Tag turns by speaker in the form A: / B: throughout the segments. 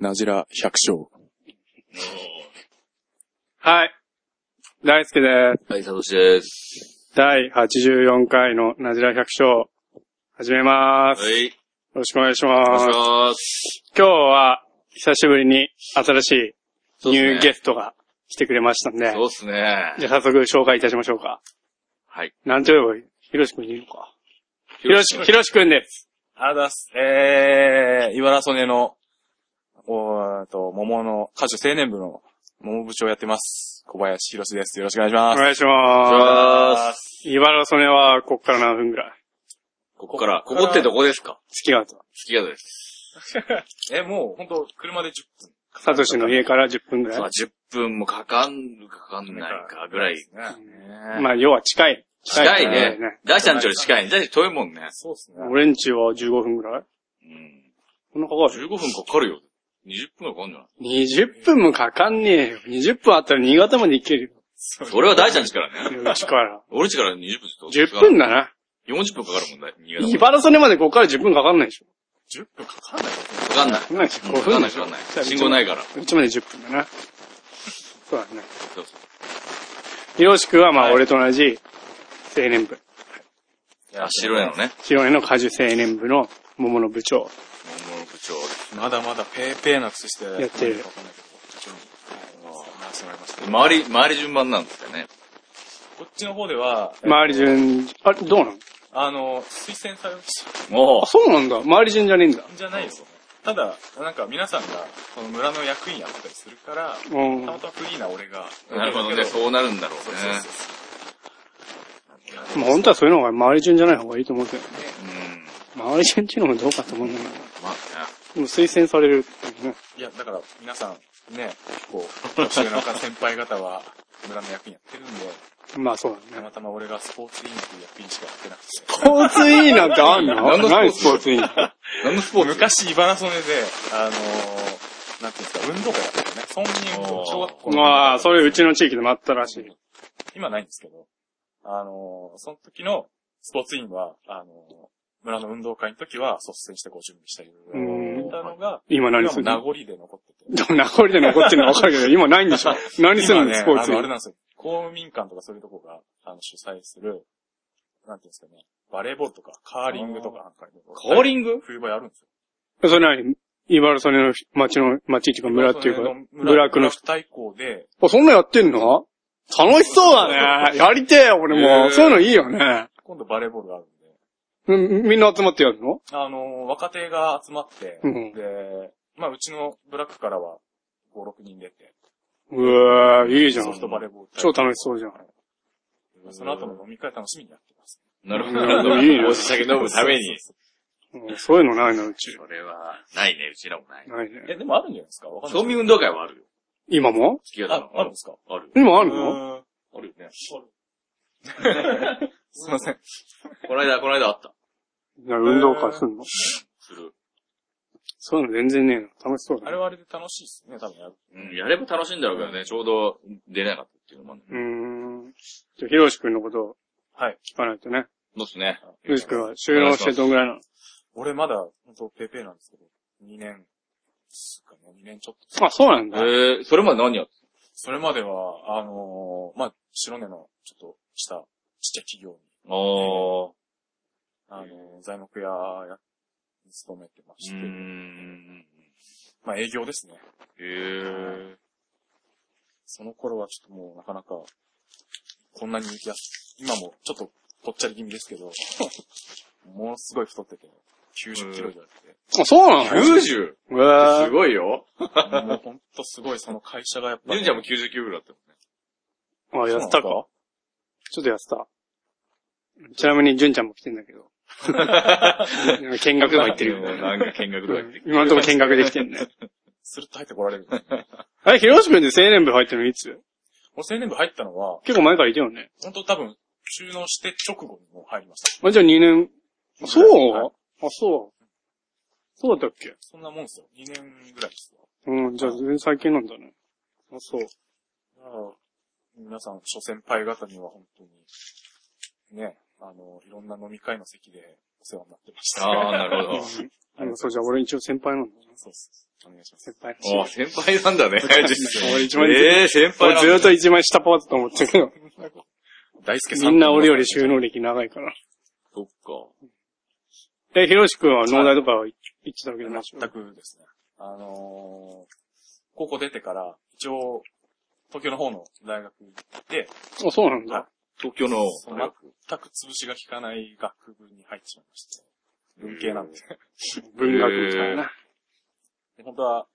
A: なじら百姓。
B: はい。大輔で
C: はい、サトシです。
B: す。第84回のなじら百姓、始めま
C: は
B: ーす。よ
C: い、
B: ろしくお願いし
C: お
B: ます
C: 願い。します。
B: 今日は、久しぶりに新しい
C: そう
B: ニ
C: っすね
B: ューゲストが来てくれましたんで、
C: そうっすね。
B: じゃあ早速紹介いたしましょうか。
C: はい。
B: なんて言えばいいひろしくんいるのか。ひろし、ひ
C: 広
B: ろしくんです。
D: ありがとうございます。えー、イワラソネの、おーえっと、桃の、歌手青年部の桃部長をやってます。小林博士です。よろしくお願いし
B: お
D: ます。
B: 願いし
C: 島
B: ま
C: ます。
B: す。茨城曽根は、こっから何分ぐらい
C: ここから、ここってどこですか
B: 月がと。
C: 月形です。
D: え、もう、ほんと、車で10分。
B: サトシの家から10分ぐらい
C: まあ、。10分もかかんるかかんないかぐらい。ね
B: まあ、要は近い。
C: 近い
B: ぐらだ
C: ね
B: よね。。
C: 大ちゃんちより近いね。大ちゃんち遠いもんね。
D: そうっすね。
B: 俺んちは15分ぐらい
C: うん。
B: こんなかかる
C: 15分かかるよ。20分かかるんじゃない
B: 20分もかかんねえよ。20分あったら新潟まで行ける
C: それは大ちゃんちからね。
B: よ。うちから。
C: 俺ちから20分ちょっと。
B: 10分だな。
C: 40分かかるもんだ。新潟まで
B: 茨城根までここから10分かかんないでしょ。
D: 10分かかんない
C: かかんない
B: か。かんないでしょ。
C: か
B: 5
C: か
B: 分
C: んな
B: で
C: い
B: し
C: か
B: ょ
C: かんない。信号ないから。
B: うちまで10分だな。そうだね。
C: そうそう
B: ひろしくんはまあ俺と同じ青年部。
C: あ、白いのね。
B: 白根の果樹青年部の桃の部長。
C: 桃の部長。
D: まだまだペーペーなくそして、
B: やってる
D: わかんないけど、ちょっとはいまあ回してもらいました。
C: 周り、周り順番なんですよね。
D: こっちの方では、
B: 周り順、あ、どうなの
D: あの、推薦されました。
C: お
B: あ、そうなんだ。周り順じゃねえんだ。
D: じゃないですよね。ただ、なんか皆さんが、その村の役員やったりするから、
B: うん
D: た。またまフリーな俺が。
C: なるほどね。そうなるんだろう
D: そうそう
C: ね
D: そう。そう。
B: まあ本当はそういうのが周り順じゃない方がいいと思うけどね。
C: うん。
B: 周り順っていうのもどうかと思うんだけど。
C: まあね。
B: でも推薦されるっていうね。
D: いや、だから、皆さん、ね、結構、年上の先輩方は、村の役員やってるんで、
B: まあそうだ
D: た
B: ね。
D: またま俺がスポーツ委員っていう役員しかやってなくて。
B: スポーツ委員なんてあんの
C: 何の
B: 何
C: ス
B: ス
C: ポ
B: ポ
C: ー
B: ーツ委員
C: 何のスポーツ
D: 昔、茨城で、あのー、なんていうんですか、運動会だったよね。村民運動、小学校の。
B: まあ、それうちの地域でもあったらしい。
D: 今ないんですけど、あのー、その時のスポーツ委員は、あのー、村の運動会の時は率先してこう準備したり、
B: うん
D: たのが、
B: 今何
D: 今
B: す
D: も
B: る
D: 名
B: の
D: 残で残って
B: で
D: て。
B: も名残で残ってるのはわかるけど、 今ないんでしょ何するの
D: 今ね、
B: スポー
D: あ
B: ツ委
D: の、あれ
B: 員。
D: なんですよ。公民館とかそういうとこが、あの、主催する、なんていうんですかね、バレーボールとか、カーリングとかなんかに、
C: カーリング
D: 冬場やるんですよ。
B: それ何茨城の町の、町っていうか村っていう
D: そ
B: か
D: れの、
B: 部落の人。
D: 対抗で、
B: あ、そんなやってんの楽しそうだね。やりてえよ、俺も。
C: えー
B: そういうのいいよね。
D: 今度バレーボールがあるんで、
B: うんみんな集まってやるの
D: あの、若手が集まって、
B: うん
D: で、まあ、うちのブラックからは、5、6人出て、
B: うわーいいじゃ
D: ソ
B: ん
D: フ。トバレーボール大
B: 超
D: 会。
B: 楽しそうじゃん。
D: その後の飲み会楽しみにやってます。
C: なるほ
B: なるほ
C: ど。
B: どいいね
C: お酒飲むために。
D: そうそう
B: うんそういうのないの、うち。
C: それは、ないね。うちらもない。
B: ない
D: そう。
B: ね。
D: え、でもあるんじゃないですかわかんない
C: 村民運動会はあるよ。
B: 今も
C: 月形
D: あ
C: の。、
D: あるんですか
C: ある。
B: 今あ
D: あ
B: るの
C: あるよね。
D: すいません。
C: この間、この間あった。
B: いや運動会すんの
C: する。
B: そういうの全然ねえの。楽しそうだね
D: あれ。はあれで楽しいですね、多分やる。
C: うん。やれば楽しいんだろうけどね。ちょうど出れなかったっていうのもある。
B: うーん。じゃあ、ひろしくんのことを
D: はい。
B: 聞かないとね。
C: そうっすね。
B: ひろしくんは収納してどんぐらいなの
D: 俺まだ、ほんと、ペーペーなんですけど、2年、すかね、2年ちょっと。
B: あ、そうなんだ。
C: えー、それまで何やって
D: それまでは、あのー、まあ、白根の、ちょっと、した、ちっちゃい企業に、
C: たの
D: あのー、材木屋や、勤めてまし
C: あー。うー
D: て、
C: ん。
D: まあ、営業ですね。
C: へー。
D: その頃はちょっともうなかなか、こんなにいや、今もちょっとぽっちゃり気味ですけど、 ものすごい太ってて、90キロ以上あっ
B: あ、そうなの
C: 90!
B: うわ
C: す
B: ー
C: ごいよ。
D: て、もうほんとすごいその会社がやっぱ、
C: 純ちゃんも90キロぐらいだったもんね。
B: あ、痩せたかちょっと痩せた。ちなみに、純ちゃんも来てんだ けど。見学とか行ってるよ。
C: なんか見学とか言ってる。
B: 今んとこ見学できてんね。
D: すると入ってこられる。俺
B: あれ、ひろしくんで青年部入ってるのいつ
D: 青年部入ったのは、
B: 結構前からいたよね。
D: ほんと多分、収納して直後にもう入りました。
B: あ、じゃあ2年。あそう、
D: はい
B: あ、そう。そうだったっけ
D: そんなもんですよ。2年ぐらいですよ。
B: うん、じゃあ全然最近なんだね。あ、そう。
D: だから皆さん、諸先輩方には本当に、ね、あの、いろんな飲み会の席でお世話になってました。
C: あー、なるほど。
B: うん、そうじゃあ俺一応先輩なんだね。
D: そうそうそうお願いします。
B: 先輩らしい
C: お先輩なんだ ね。
B: 俺一番
C: ええ、先輩
B: 俺
C: なん
B: ず
C: だ
B: っと一番下パートと思ってたけど、
D: 大輔さ
B: み
D: ん。
B: んな俺より収納歴長いから。
C: そっか。
B: え、ひろしくんは農大とかは行ってたわけじゃないでしょ
D: 全くですね。あのー、高校出てから、一応、東京の方の大学で、
B: あ、そうなんだ。
C: 東京の、
D: その全く潰しが効かない学部に入ってしまいまして、文系なんで。
B: 文学みたいな。
D: で本当は、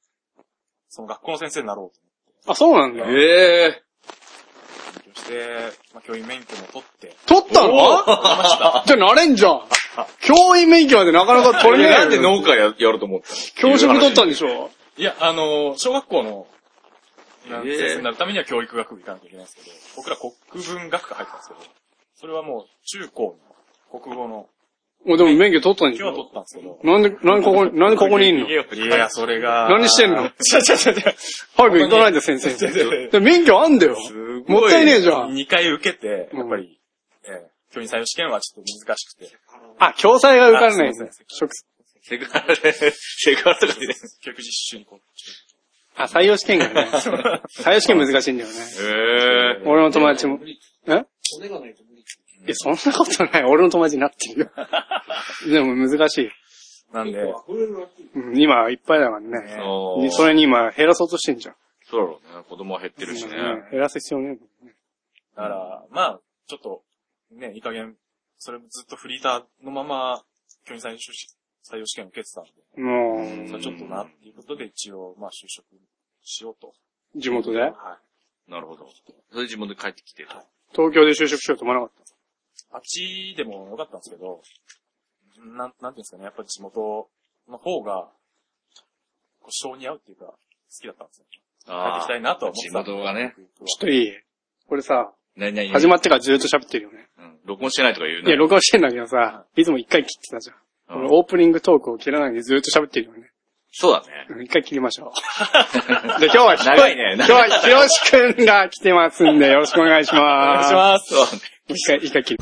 D: その学校の先生になろう
B: あ、そうなん
C: え
B: だ。
C: え。
D: と勉強して、まあ、教員免許も取って、
B: 取ったのじゃあなれんじゃん。教員免許までなかなか取れねえよ
C: なんで農家ややると思った
B: 教職取ったんでしょ
D: いや、あのー小学校の、な
C: ええ
D: 先生になるためには教育学部行かなきゃいけないんですけど、僕ら国文学科入ったんですけど、それはもう中高の国語の、
B: もうでも免許取ったんでし
D: 今日は取
B: ょ
D: ったんですけど、
B: なんで、なんでここに、なんでここにいんの
D: いや、それが。
B: 何してんの
D: 違う違う違う違う。
B: 早く行かないで先生に。
D: 違う違う違う
B: で免許あんだよ。
C: すごい。
B: もったいねえじゃん。
D: 2回受けて、
B: うん
D: やっぱり、えー教員採用試験はちょっと難しくて、
B: あ、教材が受からないんだ
D: あすいません
B: 職
C: セクハラで、セクハラとか で。
D: 教育実習にこう、
B: あ、採用試験が ね。採用試験難しいんだよね。
C: ええ。
B: 俺の友達も。えい
A: 骨がないと無理。
B: や、そんなことない。俺の友達になってるよ。でも難しい。
D: なんで、
A: 溢れるらしい。
B: うん今いっぱいだからね。
C: そ
B: にそれに今減らそうとしてんじゃん。
C: そうだろうね。子供は減ってるしね。
B: うん減らす必要ねえもん。
D: だから、まあ、ちょっと、ね、いい加減、それもずっとフリーターのまま、教員採用試採用試験を受けてたんで、
B: も
C: うん
B: う、
D: それちょっとな、っていうことで一応、まあ、就職しようと。
B: 地元で
D: は
C: なるほど。それ自分で帰ってきてる。
B: 東京で就職しようと思わなかっ
D: い。あっちでもよかったんですけど、なん、なんていうんですかね、やっぱり地元の方が、こう、性に合うっていうか、好きだったんですよ、ね。帰ってきたいなとは思って
C: 地
D: たんで。
C: 元がね。
B: た。ちょっといいこれさ、
C: 何々。
B: 始まってからずっと喋ってるよね。
C: うん録音してないとか言う
B: いや、
C: ね。
B: 録音してんだけどさ、いつも一回切ってたじゃん。こ
C: うん
B: のオープニングトークを切らないでずっと喋ってるよね。
C: そうだね。
B: うん一回切りましょ う。で、今日はひろ
C: 長いね
B: 今日はひろしくんが来てますんで、よろしくお願いし
D: お願
B: ま
D: い
B: す。
D: します。
C: そうだね。
B: 一回、一回切る。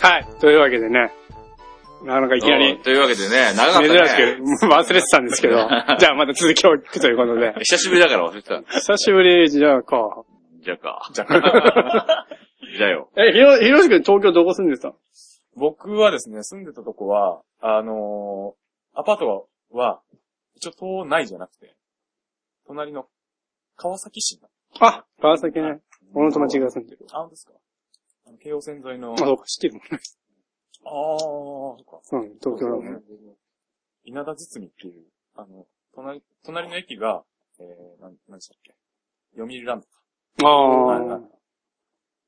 B: はい。というわけでね。なんかいきな
C: う
B: り
C: ん、というわけでね、長かっ
B: 珍
C: た
B: し
C: ね。
B: く、もう忘れてたんですけ ど。じゃあまた続きを聞くということ で。
C: 久しぶりだから忘れてた。
B: 久しぶり、じゃあか。
C: じゃあか。
D: じゃあ
C: じゃあよ。
B: え、ひろ、ひろしくん東京どこ住んでた
D: 僕はですね、住んでたとこは、あのーアパートは、一応島内じゃなくて、隣の川崎市の。
B: あ、川崎ね。俺の友達が住んでる。
D: あ、本当ですかあの京王線沿いの
B: あ、、そうか、知ってるもんね。
D: ああ、そうか。
B: うん、東京だもんね。
D: 稲田堤っていう、あの、隣、隣の駅が、えー、なん、なんでしたっけ読売ランドか。
B: あ
D: はいはい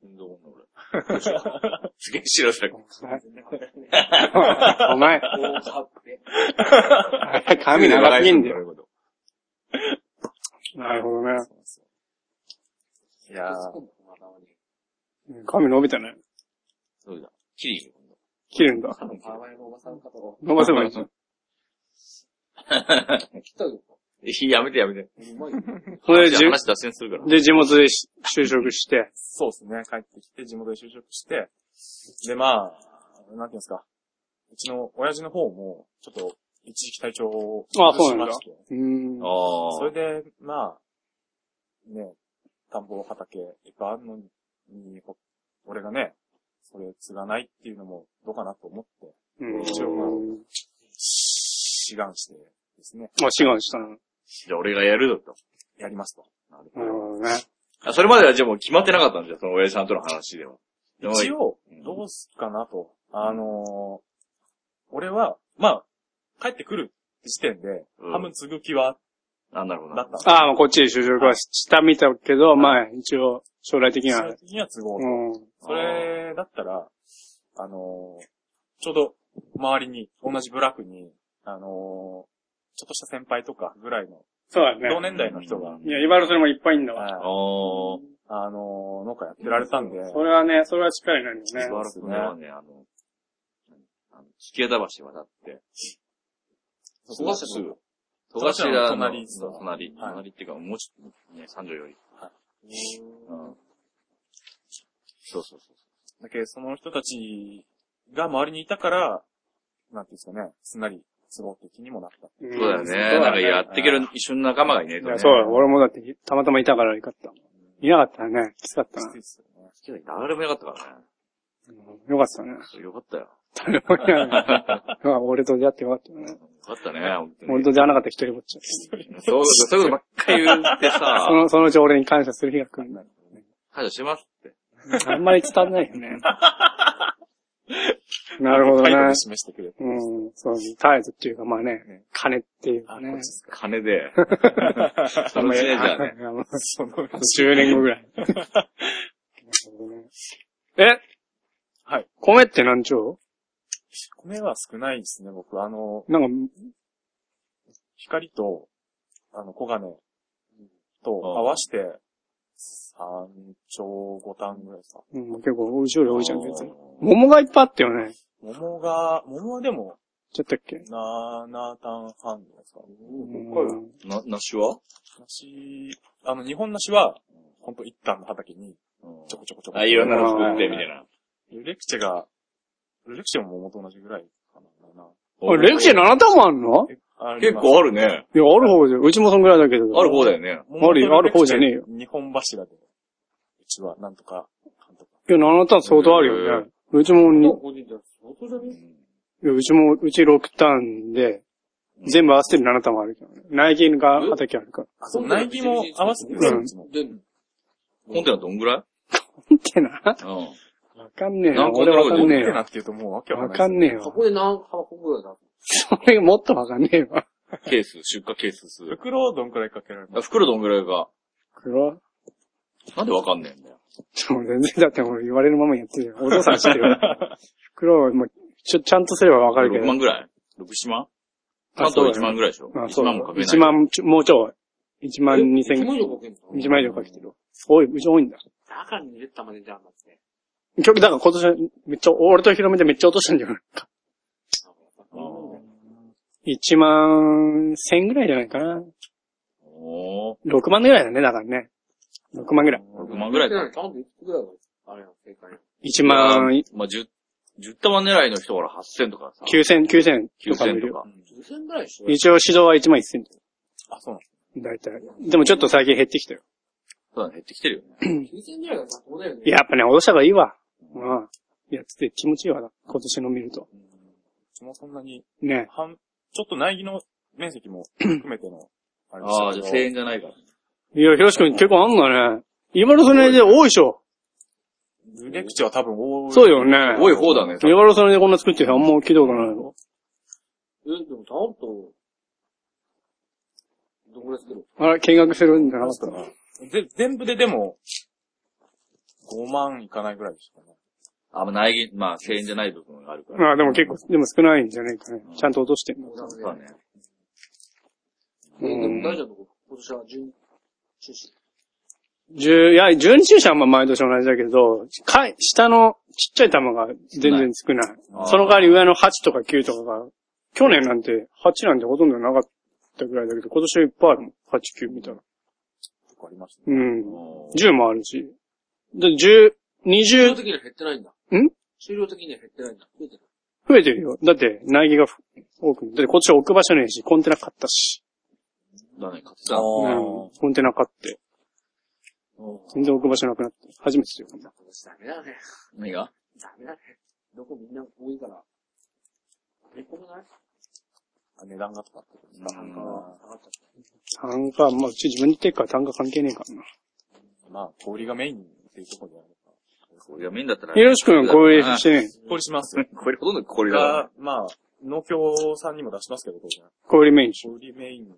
C: どうも俺。 すげえ白さ。
B: あ。お前、
A: 大カップで。
B: 髪長すぎんだよ。
C: よ。
B: なるほど
D: そうなんですよ。いやー、
B: ね。髪伸びたね。
C: そうだ。キリ
B: 切るんだ。
A: パワイのおばさんかと。
B: 伸ばせばいいじゃん。
A: 切ったよ。
C: いいやめてやめて。
A: うまいよ。
B: それで、じゅ
C: 話脱線するから。
B: で、地元でし就職して。
D: そうですね。帰ってきて、地元で就職して、で、まあ、なんていうんですか。うちの親父の方も、ちょっと、一時期体調を
B: あそうなんだ
D: 崩しまし
B: う
D: て
B: ーん。
C: あ
B: あ
C: あ。
D: それで、まあ、ね、田んぼ、畑、いっぱいあるのに、こ俺がね、それ継がないっていうのもどうかなと思って、一応まあ志願してですね、
B: あ、志願したの。
C: じゃあ俺がやるぞと。
D: やりますと。
B: なるほどね。
C: あ、それまではじゃあもう決まってなかったんじゃん、その親父さんとの話では。でも
D: 一応
C: うん、
D: どうすっかなと。あのー俺は、まあ、帰ってくる時点で、
C: うん
D: 半分継ぐ気は
C: あ、なるほど。
D: だったんです
B: ああ、まあこっちで就職はしたみたけど、まあ一応、将来的に
D: 最
B: は
D: 終。的には都合、
B: うん。
D: それだったら、あのーちょうど周りに、同じブラックに、あのーちょっとした先輩とかぐらいの
B: そうだね。
D: 同年代の人が、
B: いや、茨城それもいっぱいいんだわ。
D: はい
C: おー。
D: あのー、農家やってられたんで、
B: それはね、それはしっかりなんですね
C: ス。ワロフネはね、あの、あの、引き枝橋渡って、
D: そこが
C: すぐ、戸
D: 戸
C: 頭
D: 頭
C: の隣
D: の
C: の
D: 隣ですわ
C: 隣、
D: はい
C: 隣っていうか、もうちょっと、ね、三条より。うん。そうそうそう。
D: だけどその人たちが周りにいたから、なんていうんですかね、すんなり、都合的にもなっ
B: そ
D: た。
B: う
C: そうだよ
B: ん
C: ね。なんかや
B: ね
C: っていける一緒の仲間がいねえ
B: い
C: とね。
B: やそうだ、俺もだって、たまたまいたからよかった。いなかったらね、きつかった
D: きつい
B: な。
D: ですよね。
C: 誰もよかったから
B: う
C: ね。
B: んよかった ね。
C: そうよかったよ。
B: 誰もいない。まあ俺と出会ってよかったね。
C: よかったね、本当に。
B: 俺と出会わなかったら一人ぼっちだった
C: そう、そういうことばっかり言って さ
B: そ、の、そのうち俺に感謝する日が来るんだ。
C: 感謝しますって。
B: あんまり伝わんないよね。 なるほどね
D: 態。度で示してくれて。
B: うん、そう、態度っていうかまあね
D: ね、
B: 金っていうか
D: あ、
B: ね
D: こっちで。すか。
C: 金で。そ
B: あ
C: の
B: ん
C: う
B: ま
C: ち
B: り
C: ね、じゃあね。
B: あの
D: その、
B: 10年後ぐらい。なるほどねえ
D: はい。
B: 米って何丁
D: 米は少ないですね、僕。あの、
B: なんか、
D: 光と、あの、黄金と合わせて、三兆五単ぐらいですか。
B: うん、結構、後ろ多いじゃん、別に。
C: も
B: 桃がいっぱいあったよね。
D: 桃が、桃はでも、
B: ちょっとっけ
D: 七単半ぐらいですか。
B: うん
C: う、な、梨は
D: 梨、あの、日本梨は、ほんと一単の畑に、ちょこちょこちょこ。
C: あ、いろんなの
B: 作
C: 作って、みたいな。
D: レクチェが、レクチェも桃と同じぐらいかな。
B: あレクチェ7玉あんの
D: あ
C: 結構あるね。
B: いや、ある方じゃ、うちもそんぐらいだけど。
C: ある方だよね。
D: 桃と
B: あるある方じゃねえよ
D: レクチェ日本柱で、うちはなんとか、なんとか。
B: いや、7ターン相当あるよね。うちもに、い
A: 個人じゃ相当じゃね
B: やうちも、うち6ターンで、全部合わせて7ターンもあるけどね。苗木が畑あるから。
D: あ、そう、苗木も合わせてるんですよ、うちも。
A: で、
C: コンテナどんぐらい
B: ってな。
C: う
B: わかんねえ
C: な
B: よ。
C: んか
B: 俺わかんねえ
D: コンテナ
B: よ。
D: って言うともうわけわか
B: わ
D: んない。
B: かんねえ
A: そ
B: よ。
A: こで何箱ぐらいだ
B: それもっとわかんねえわ。
C: ん。ケース、出荷ケース数。
D: 袋をどんくらいかけられます
C: 袋どんぐらいか。
B: 黒
C: なんでわかんねえんだよ。
B: ちょ、全然だって俺言われるままやってるよ。お父さん知ってる よ。黒は、まあ、ちょ、ちゃんとすればわかるけ
C: 6
B: ど
C: 万。ぐらい ?6、7万
B: あ
C: 関
B: そうだ
C: 東
B: ね
C: 1万ぐらいでしょ
B: あ、
C: ?1
B: そうだ
C: 万もかけない。
B: 1万ちょ、もうちょい。1万2千、
A: 1万以上かけんの
B: 1万以上かけてるわ。多い、うち多いんだ。
A: だから2レッタまでじゃんだって。
B: 結局、だから今年、めっちゃ、俺とヒロミでめっちゃ落としたんじゃないか。1万1000ぐらいじゃないかな。
C: おー。
B: 6万ぐらいだね、だからね。6万ぐらい。
C: 6万ぐらいか。
A: なんでいくつぐらいがあれやん、正解やん。
B: 1万
C: まあ、10、10玉狙いの人ほら8000とかさ。
B: 9000、9000とかもい
C: 9000
B: る
C: と
B: よ。
C: か。
A: 1000ぐらいでしょ
B: 一応指導は1万1000。
D: あ、そうなんです
B: だいたい。でもちょっと最近減ってきたよ。
C: そうだね、減ってきてるよね。
A: ?9000 ぐらいが妥当だよね。
B: やっぱね、落とした方がいいわ。うん。いや、つって気持ちいいわな。今年の見ると。
D: ね。うちもそんなに、
B: ね。
D: 半、ちょっと苗木の面積も含めての、あれで
C: ああ、じゃあ
D: した
C: 1000
D: け
C: 円じゃないから。
B: いや、ひろしくん結構あんだね。今のそれで多いでしょ。
D: ど、レクチェは多分多い。
B: そうよね。
C: 多い方だね。
B: 今のそれでこんな作ってる人あんま聞いたことないよ。
A: え、でもちゃんと、どんぐらい作る
B: あれ、見学するんじゃな
D: なん
B: か
D: で
B: った
D: すか
B: の
D: ね。で、全部ででも、5万いかないぐらいでしたね。
C: あ、まあ、苗木、まあ、1000円じゃない部分があるから。
B: まあでも結構、でも少ないんじゃないかね。ちゃんと落としてんの。
A: の
C: そうだね。
A: え、でも大丈夫今年は準、中止。
B: 十、いや、十二注射はまあ毎年同じだけど、かい、下のちっちゃい玉が全然少ない。
C: ない
B: その代わり上の8とか9とかが、去年なんて8なんてほとんどなかったぐらいだけど、今年はいっぱいあるもん。8、9みたいな。
D: 結構ありましたね。
B: うん。
C: おー
B: 10もあるし。で、10、
A: 終了
B: 20
A: 的には減ってないんだ。
B: ん
A: 終了的には減ってないんだ。増えてる。
B: 増えてるよ。だって、苗木がふ多くなるだって今年置く場所ねえし、コンテナ買ったし。
C: だね、買ってた。
D: あ
B: うん
D: ー。。
B: コンテナ買って。
A: うん。
B: 全然置く場所なくなって。初めてですよ。
A: 今年ダメだね。
C: 何が
A: ダメだね。どこみんな多いから。めっこもない
D: 値段がとかってことですか
C: うん
A: 下がっちゃった。
B: 単価、まあうち自分で言ってるから単価関係ねえからな。
D: まあ、氷がメインっていうところであれば。
C: これがメインだったら。
B: ひろしくん、こういう
C: あ
B: してねえ。
D: 氷しますよ。
C: これほとんどこれだ
D: が、まあ、農協さんにも出しますけど、当然。
B: 氷メインでしょ。
D: 氷メインです。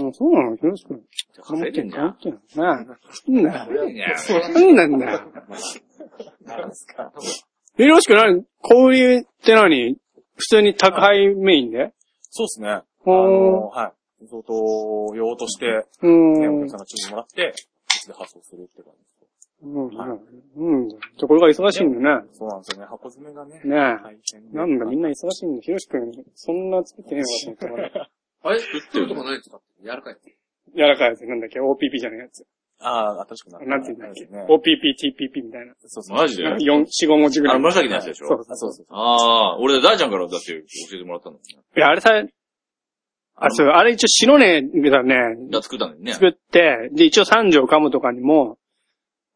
B: うんそうなのひろしくん。
C: な。
B: 頑張
C: 稼
B: っ
C: い
B: て
C: で
B: ん
C: んじ
B: だ
C: ゃん。
B: よな。なんだ
C: 稼いでんじゃん。
B: なんなんだよ。
D: なんですか
B: ひろしくん何氷って何普通に宅配メインで
D: そうですね。あ
B: ほー
D: の、はい。リゾート用として、
B: う
D: ね、お
B: ん
D: 客さんが注文もらって、うちで発送するって感じで
B: うん。うん。ところが忙しいんだね。
D: す。そうなんですよね。箱詰めがね。
B: ねえ。
D: 大変で
B: なんだ、みんな忙しいんだ。ひろしくん、そんな作ってねえわと思ったら。
A: あれ売ってるとこないですか柔らかいやつ。
B: 柔らかいやつ、なんだっけ ?OPP じゃないやつ。
D: ああ、新しくなった。
B: なんて言うんだっけ
D: あれですね
B: ?OPP、TPP みたいな。
D: そうそう。
C: マジで
B: なんか4、4、5文字ぐら
C: あ
B: い。
C: の、紫のやつでしょ
B: そう
D: あ、そうそう。
C: ああ、俺、大ちゃんからだって教えてもらったんだもんね。
B: いや、あれさ、あ、そう、あれ一応白ねだね、
C: だ作ったんだよね。
B: 作って、で、一応三条かむとかにも、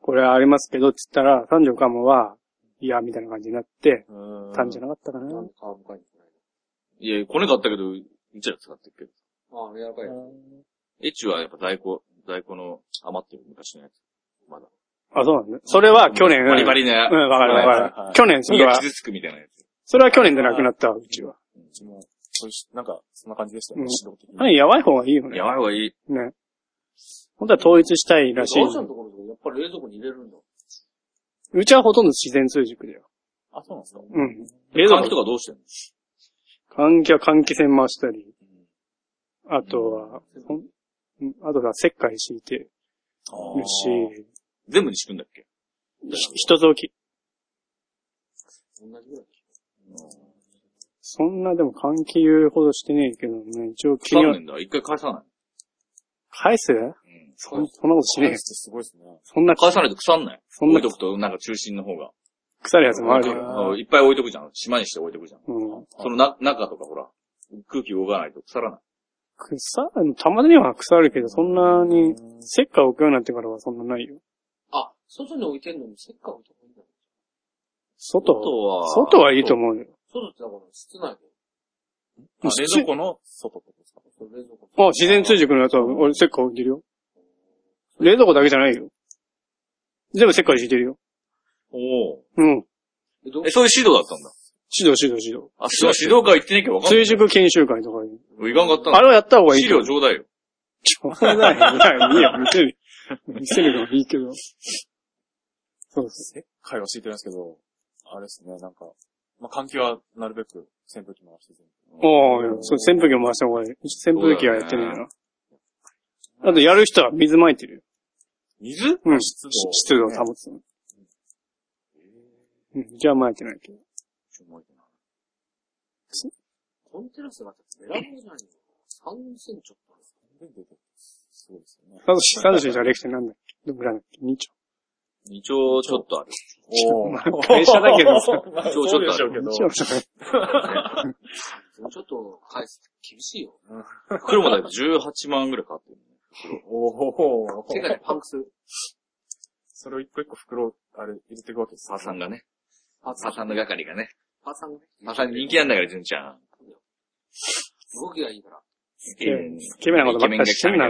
B: これありますけどって言ったら、三条かむは、いや、みたいな感じになって、
D: う
B: たんじゃなかったかな。
A: なんで皮むかいんですかね
C: いや、こね買ったけど、うちら使ってるけど。
A: ああ、柔らかいやつ。
C: エチュはやっぱ在庫、在庫の余ってる昔のやつ。まだ。
B: あ、そうなんだ。それは去年、
C: バリバリね。
B: うん、わかるわかる。
D: はいはいはい
B: 去年、そ
C: 身
B: れ
C: が
B: は、
C: 傷つくみたいなやつ。
B: それは去年でなくなったわ、うちは。
D: うちも、そうし、なんか、そんな感じでしたよ
B: う
D: ね
B: ん、
D: 指導的に。
B: はい、やばい方がいいよね
C: や。ばい方がいい。
B: ね。本当は統一したいらしい
A: ガ。のところとかやっぱり冷蔵庫に入れるんだ。
B: うちはほとんど自然通熟だよ。
D: あ、そうなんですか
B: うん。冷蔵
C: 換
B: 庫
C: 気とかどうしてんの
B: 換気は換気扇回したり、あとは、ほんうんあとは石灰敷いてる
D: あー
B: し、
C: 全部に敷くんだっけ
B: ひ一つ置き。
A: 同じぐらい。
B: そんなでも換気言うほどしてねえけどね、一応気
C: 腐
B: に
C: ら
B: は
C: ねえんだ。一回返さな
B: 返す
C: い。うん。
B: そんそんなことしねえ
D: 返
B: よ。
D: すってすごいですね。
B: そんな、
C: 返さないと腐んない。
B: そん
C: 置
B: ない
C: とくと、なんか中心の方が。
B: 腐るやつもあるよ。
C: うんいっぱい置いとくじゃん。島にして置いとくじゃん。
B: うん。
C: そのな中とかほら、空気動かないと腐らない。
B: 腐る、玉ねぎは腐るけど、そんなに、石灰置くようになってからはそんなないよ。
A: あ、外に置いてんのに石灰置いた方がいいんだ。
B: 外
C: 外は
B: 外はいいと思うよ。
A: 外ってだから室内で。
D: あ冷蔵庫の外ってことですか
A: その冷蔵庫
B: あ、自然通熟のやつは、俺石灰置いてるよ。冷蔵庫だけじゃないよ。全部石灰敷いてるよ。
C: お
B: うん。
A: え、どう
C: え、そういう指導だったんだ。
B: 指導、指導、指導。
C: あ、そう、指導会行ってねえけどわかんない。
B: 追熟研修会とかに。
C: いかんかった
B: あ
C: な。
B: れはやった方がいい
C: 資
B: けど。
C: 料ちょうだいよ。
B: ょうがない。いや、いや、見せる。見せるのはいいけど。そうです。
D: 石灰は敷いてるんですけど、あれですね、なんか、まあ、換気はなるべく扇風機回して全
B: おー、そう、扇風機を回した方がいい。扇風機はやってねえな。あと、やる人は水撒いてるよ。
C: 水
B: うん。湿
D: 湿度を
B: 湿度を保つの。うん。じゃあ撒いてないけど。
A: コンテラスがベランダじゃないの ?3 センチちょっとあるんですよ
D: 部。全部出てるすごいですよね。
B: サトシ、サトシじゃレクチャーなんだっけどんぐらいだっけ ?2 丁。
C: 一応ちょっとある。
D: お
B: まあ会社だけどさ
D: まあ
C: ちょ
D: そう
C: ちょっとある
D: でしょうけど。
B: 2丁じゃない。
A: もうちょっと返すって厳 しいよ。
C: 黒もだいぶ18万ぐらいかかってる。
D: おー
A: 世界でパンクする。
D: それを一個一個袋、あれ、入れていくわけです。
C: サーさんがね。
A: パーツ
C: サーさんの係がね。
A: パーツさんがね。
C: サーさん人気なんだから、純ちゃん。
A: 動きがいいから。
C: ス
B: ケメンスケベなことばっかりしてんな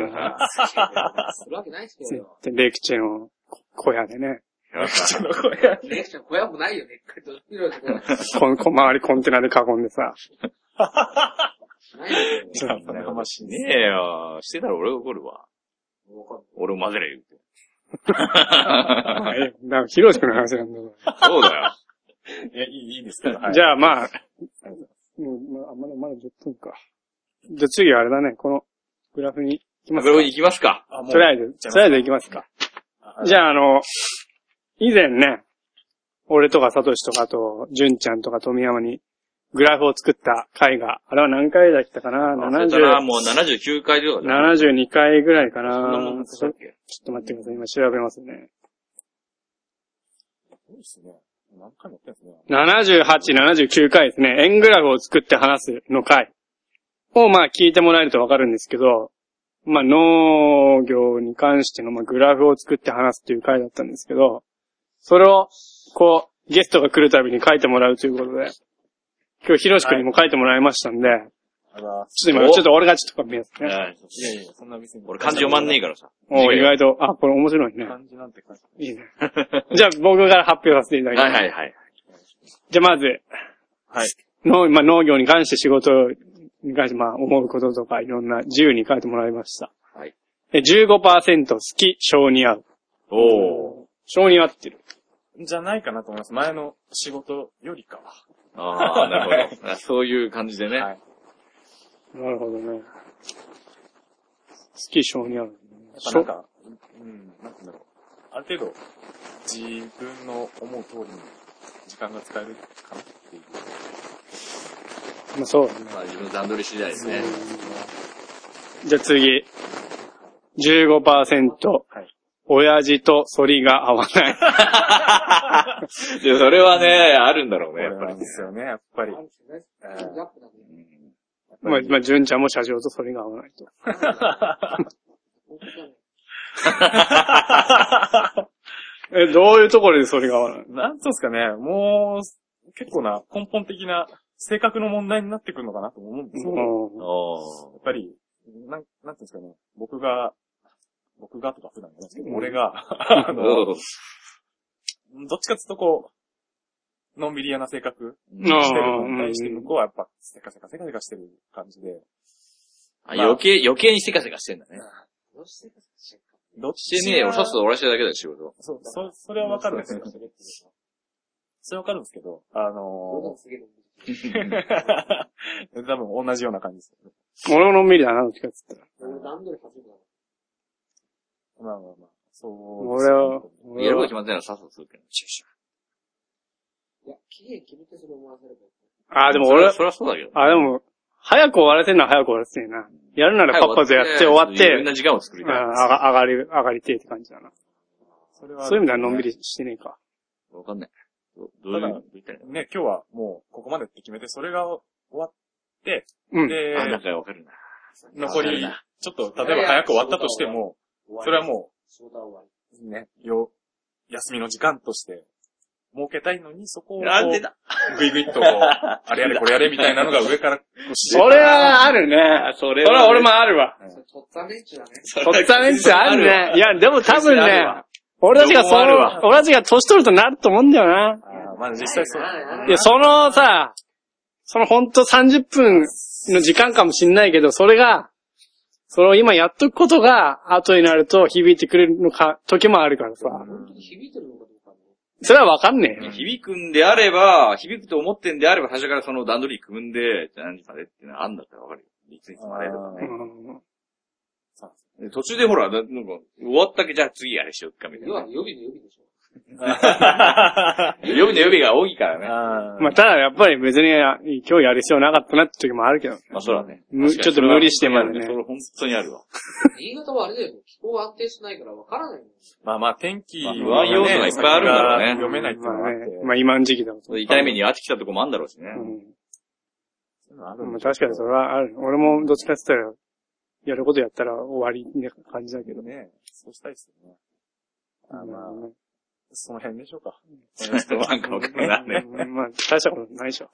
A: するわけないです
B: 絶
A: よ。
B: 対レクチェの小屋でね。
A: レクチャー小屋もないよね。一回どうしようとこ
B: この、こ周りコンテナで囲んでさ。
A: ない よね。
C: 仲間しねえよ。してたら俺が怒るわ。
A: わかんない。
C: 俺を混ぜれ言う て。
B: まあ、ええ、だから、ひろしくんの話なんだか
C: そうだよ。
D: いや、いい、いいですけど、は
B: ら。
D: い。
B: じ
D: ゃ
B: ゃあ、まあ、うん、まあ、まだ、まだ10分か。じゃあ次はあれだね、このグラフに行きますか。
C: これ行きますか。
D: あ、も
B: とりあえず、とりあえず行きますか。じ
D: あ、
B: ゃあ、あの、以前ね、俺とかサトシとかあと、純ちゃんとか富山にグラフを作った回が、あれは何回だったかな
C: 忘れたな
B: ?70、
C: もう79回とかだね。
B: 72回ぐらいかな
C: そんなもんだっ
B: ちょ
C: た
B: っ
C: っけ
B: と待ってください、今調べますね。
D: すごいですね。何回もやってんですね。
B: 78、79回ですね。円グラフを作って話すの回を、まあ聞いてもらえるとわかるんですけど、まあ農業に関しての、まあ、グラフを作って話すという回だったんですけど、それを、こう、ゲストが来るたびに書いてもらうということで、今日ヒロシ君にも書いてもらいましたんで、
D: あら、
B: ちょっと今、
C: お
B: ちょっと俺がちょっとこう見ます
C: う
B: ね。
C: ん
D: いやいや、そんな別に。
C: 俺漢字読まんねえ
D: え
C: からさ。
B: おう意外と、あ、これ面白いね。
D: 漢字なんて書いてない。
B: いいね。じゃあ僕から発表させていただきます
C: は。いはいはい。
B: じゃあまず、
D: はい。
B: 農、まあ、農業に関して仕事に関して、まあ、思うこととか、いろんな自由に書いてもらいました。
C: はい。
B: で、15%好き、性に合う。
C: おー。
B: 性に合ってる。
D: じゃないかなと思います。前の仕事よりかは。
C: ああ、なるほど。そういう感じでね。
D: はい。
B: なるほどね。スキー性に合う。
D: やっぱなんか、うん、なんて言うんだろう。ある程度、自分の思う通りに時間が使えるかなっていう。
B: まあそうだね。
C: まあ自分の段取り次第ですね。
B: じゃあ次。15%。親父と反りが合わない。
C: いや、それはね、あるんだろう
D: こ
C: ね、や
D: れ
C: っぱ
D: な
C: り
D: んで。すよね、やっぱり
A: あ。るんですよね。
D: え
A: ジャップだけ
C: うん
D: ー
B: まあ、まあ、純ちゃんも社長と反りが合わないと。 え、どういうところで反りが合わない
D: なんつうんですかね、もう、結構な根本的な性格の問題になってくるのかなと思うんですけど、やっ
B: の
C: おー
D: ぱり、なん、なんていうんですかね、僕が、僕がとか普段言いますけど、
B: うん
D: 俺が、あの、
C: おー
D: どっちかっつうとこう、のんびり屋な性格
C: うん
B: あー
D: してるのに対して、
B: うん
D: 向こうはやっぱ、せかせかせかせかしてる感じで、
C: あ余計、余計にせかせかしてんだね。
D: どっち
C: してねえよ、
D: が
C: さっさと俺はしてるだけだよ、仕事。
D: そう、そ、それはわかるんですよ。それはわかるんですけど、あのー、多分同じような感じです。
B: 俺のんびりだな、どっちかっつったら。
D: まあまあまあ、そうで
B: 俺
D: すよ
B: は
D: ね、
B: 俺
C: やること
B: は
C: 決まってないらさっさとするけど。シュッシ
B: あ
C: ュ
B: あ、でも俺、
C: そりゃそうだけど。
B: あ、でも、早く終わらせるのは早く終わらせてえな。やるならパッパとやって終わっ
C: 自
B: て
C: 分、な時間を作り
B: うん
C: たい。
B: あが上がる、上がりてえって感じだな。
D: それは、
B: そういう意味ではのんびりしてねえか。
C: わかんない。どどういう、
D: ただ
C: どう言ったらいい
D: ね、今日はもうここまでって決めて、それが終わって、
B: うん。
D: で
C: のあ、なんかわかるな。
D: 残
C: わかる
D: り
C: な、
D: ちょっと例えば早く終わったとしても、それはもう、ね、よ、休みの時間として、設けたいのに、そこをこう、
C: なんでだ
D: ぐいぐいっとこう、あれやれこれやれみたいなのが上から、こう
B: それはあるね。
C: そ
B: そ
C: れ
B: れは俺もあるわ。
C: そ
B: とっつぁん連中あるね。いや、でも多分
C: あ
B: ね
C: るわ、
B: 俺たちがそ
C: 両方ある
B: の
C: わ、
B: 俺たちが年取るとなると思うんだよな。
D: あーまあ実際そう。
B: いや、そのさ、そのほんと30分の時間かもしんないけど、それが、それを今やっとくことが、後になると響いてくれるのか、時もあるからさ。それはわかんねえよ。
C: 響くんであれば、響くと思ってんであれば、最初からその段取り組んで、何時までっていうのはあんだったらわかるよ。いついつまでとかね。
B: うん
C: で途中でほら、だなんか、終わったけじゃあ次あれしよっかみたいな。予備の予備が多いからね。
D: あー
B: まあ、ただやっぱり別に今日やる必要なかったなって時もあるけど。
C: まあ、そうだね。
B: む
C: 確かに
B: ちょっと無理してまでね
C: それは本当にあるわ。
D: まあまあ天気
C: まあ不安要素がいっぱいあるんだろうね
D: 読めないっていうのがあって。
B: まあ、今の時期だと。
C: それ痛い目に遭ってきたとこもあんだろうしね。
D: そういうのあ
B: う
D: る
B: ん。
D: ん
B: まあ、
D: でしょう
B: 確か
D: けど
B: にそれはある。俺もどっちかって言ったら、やることやったら終わりな感じだけど。
D: ね、そうしたいですよね。あーまあ、
B: うん
D: その辺でしょうか。
C: なんかわかんないね。
B: まあ、大したことないでしょ。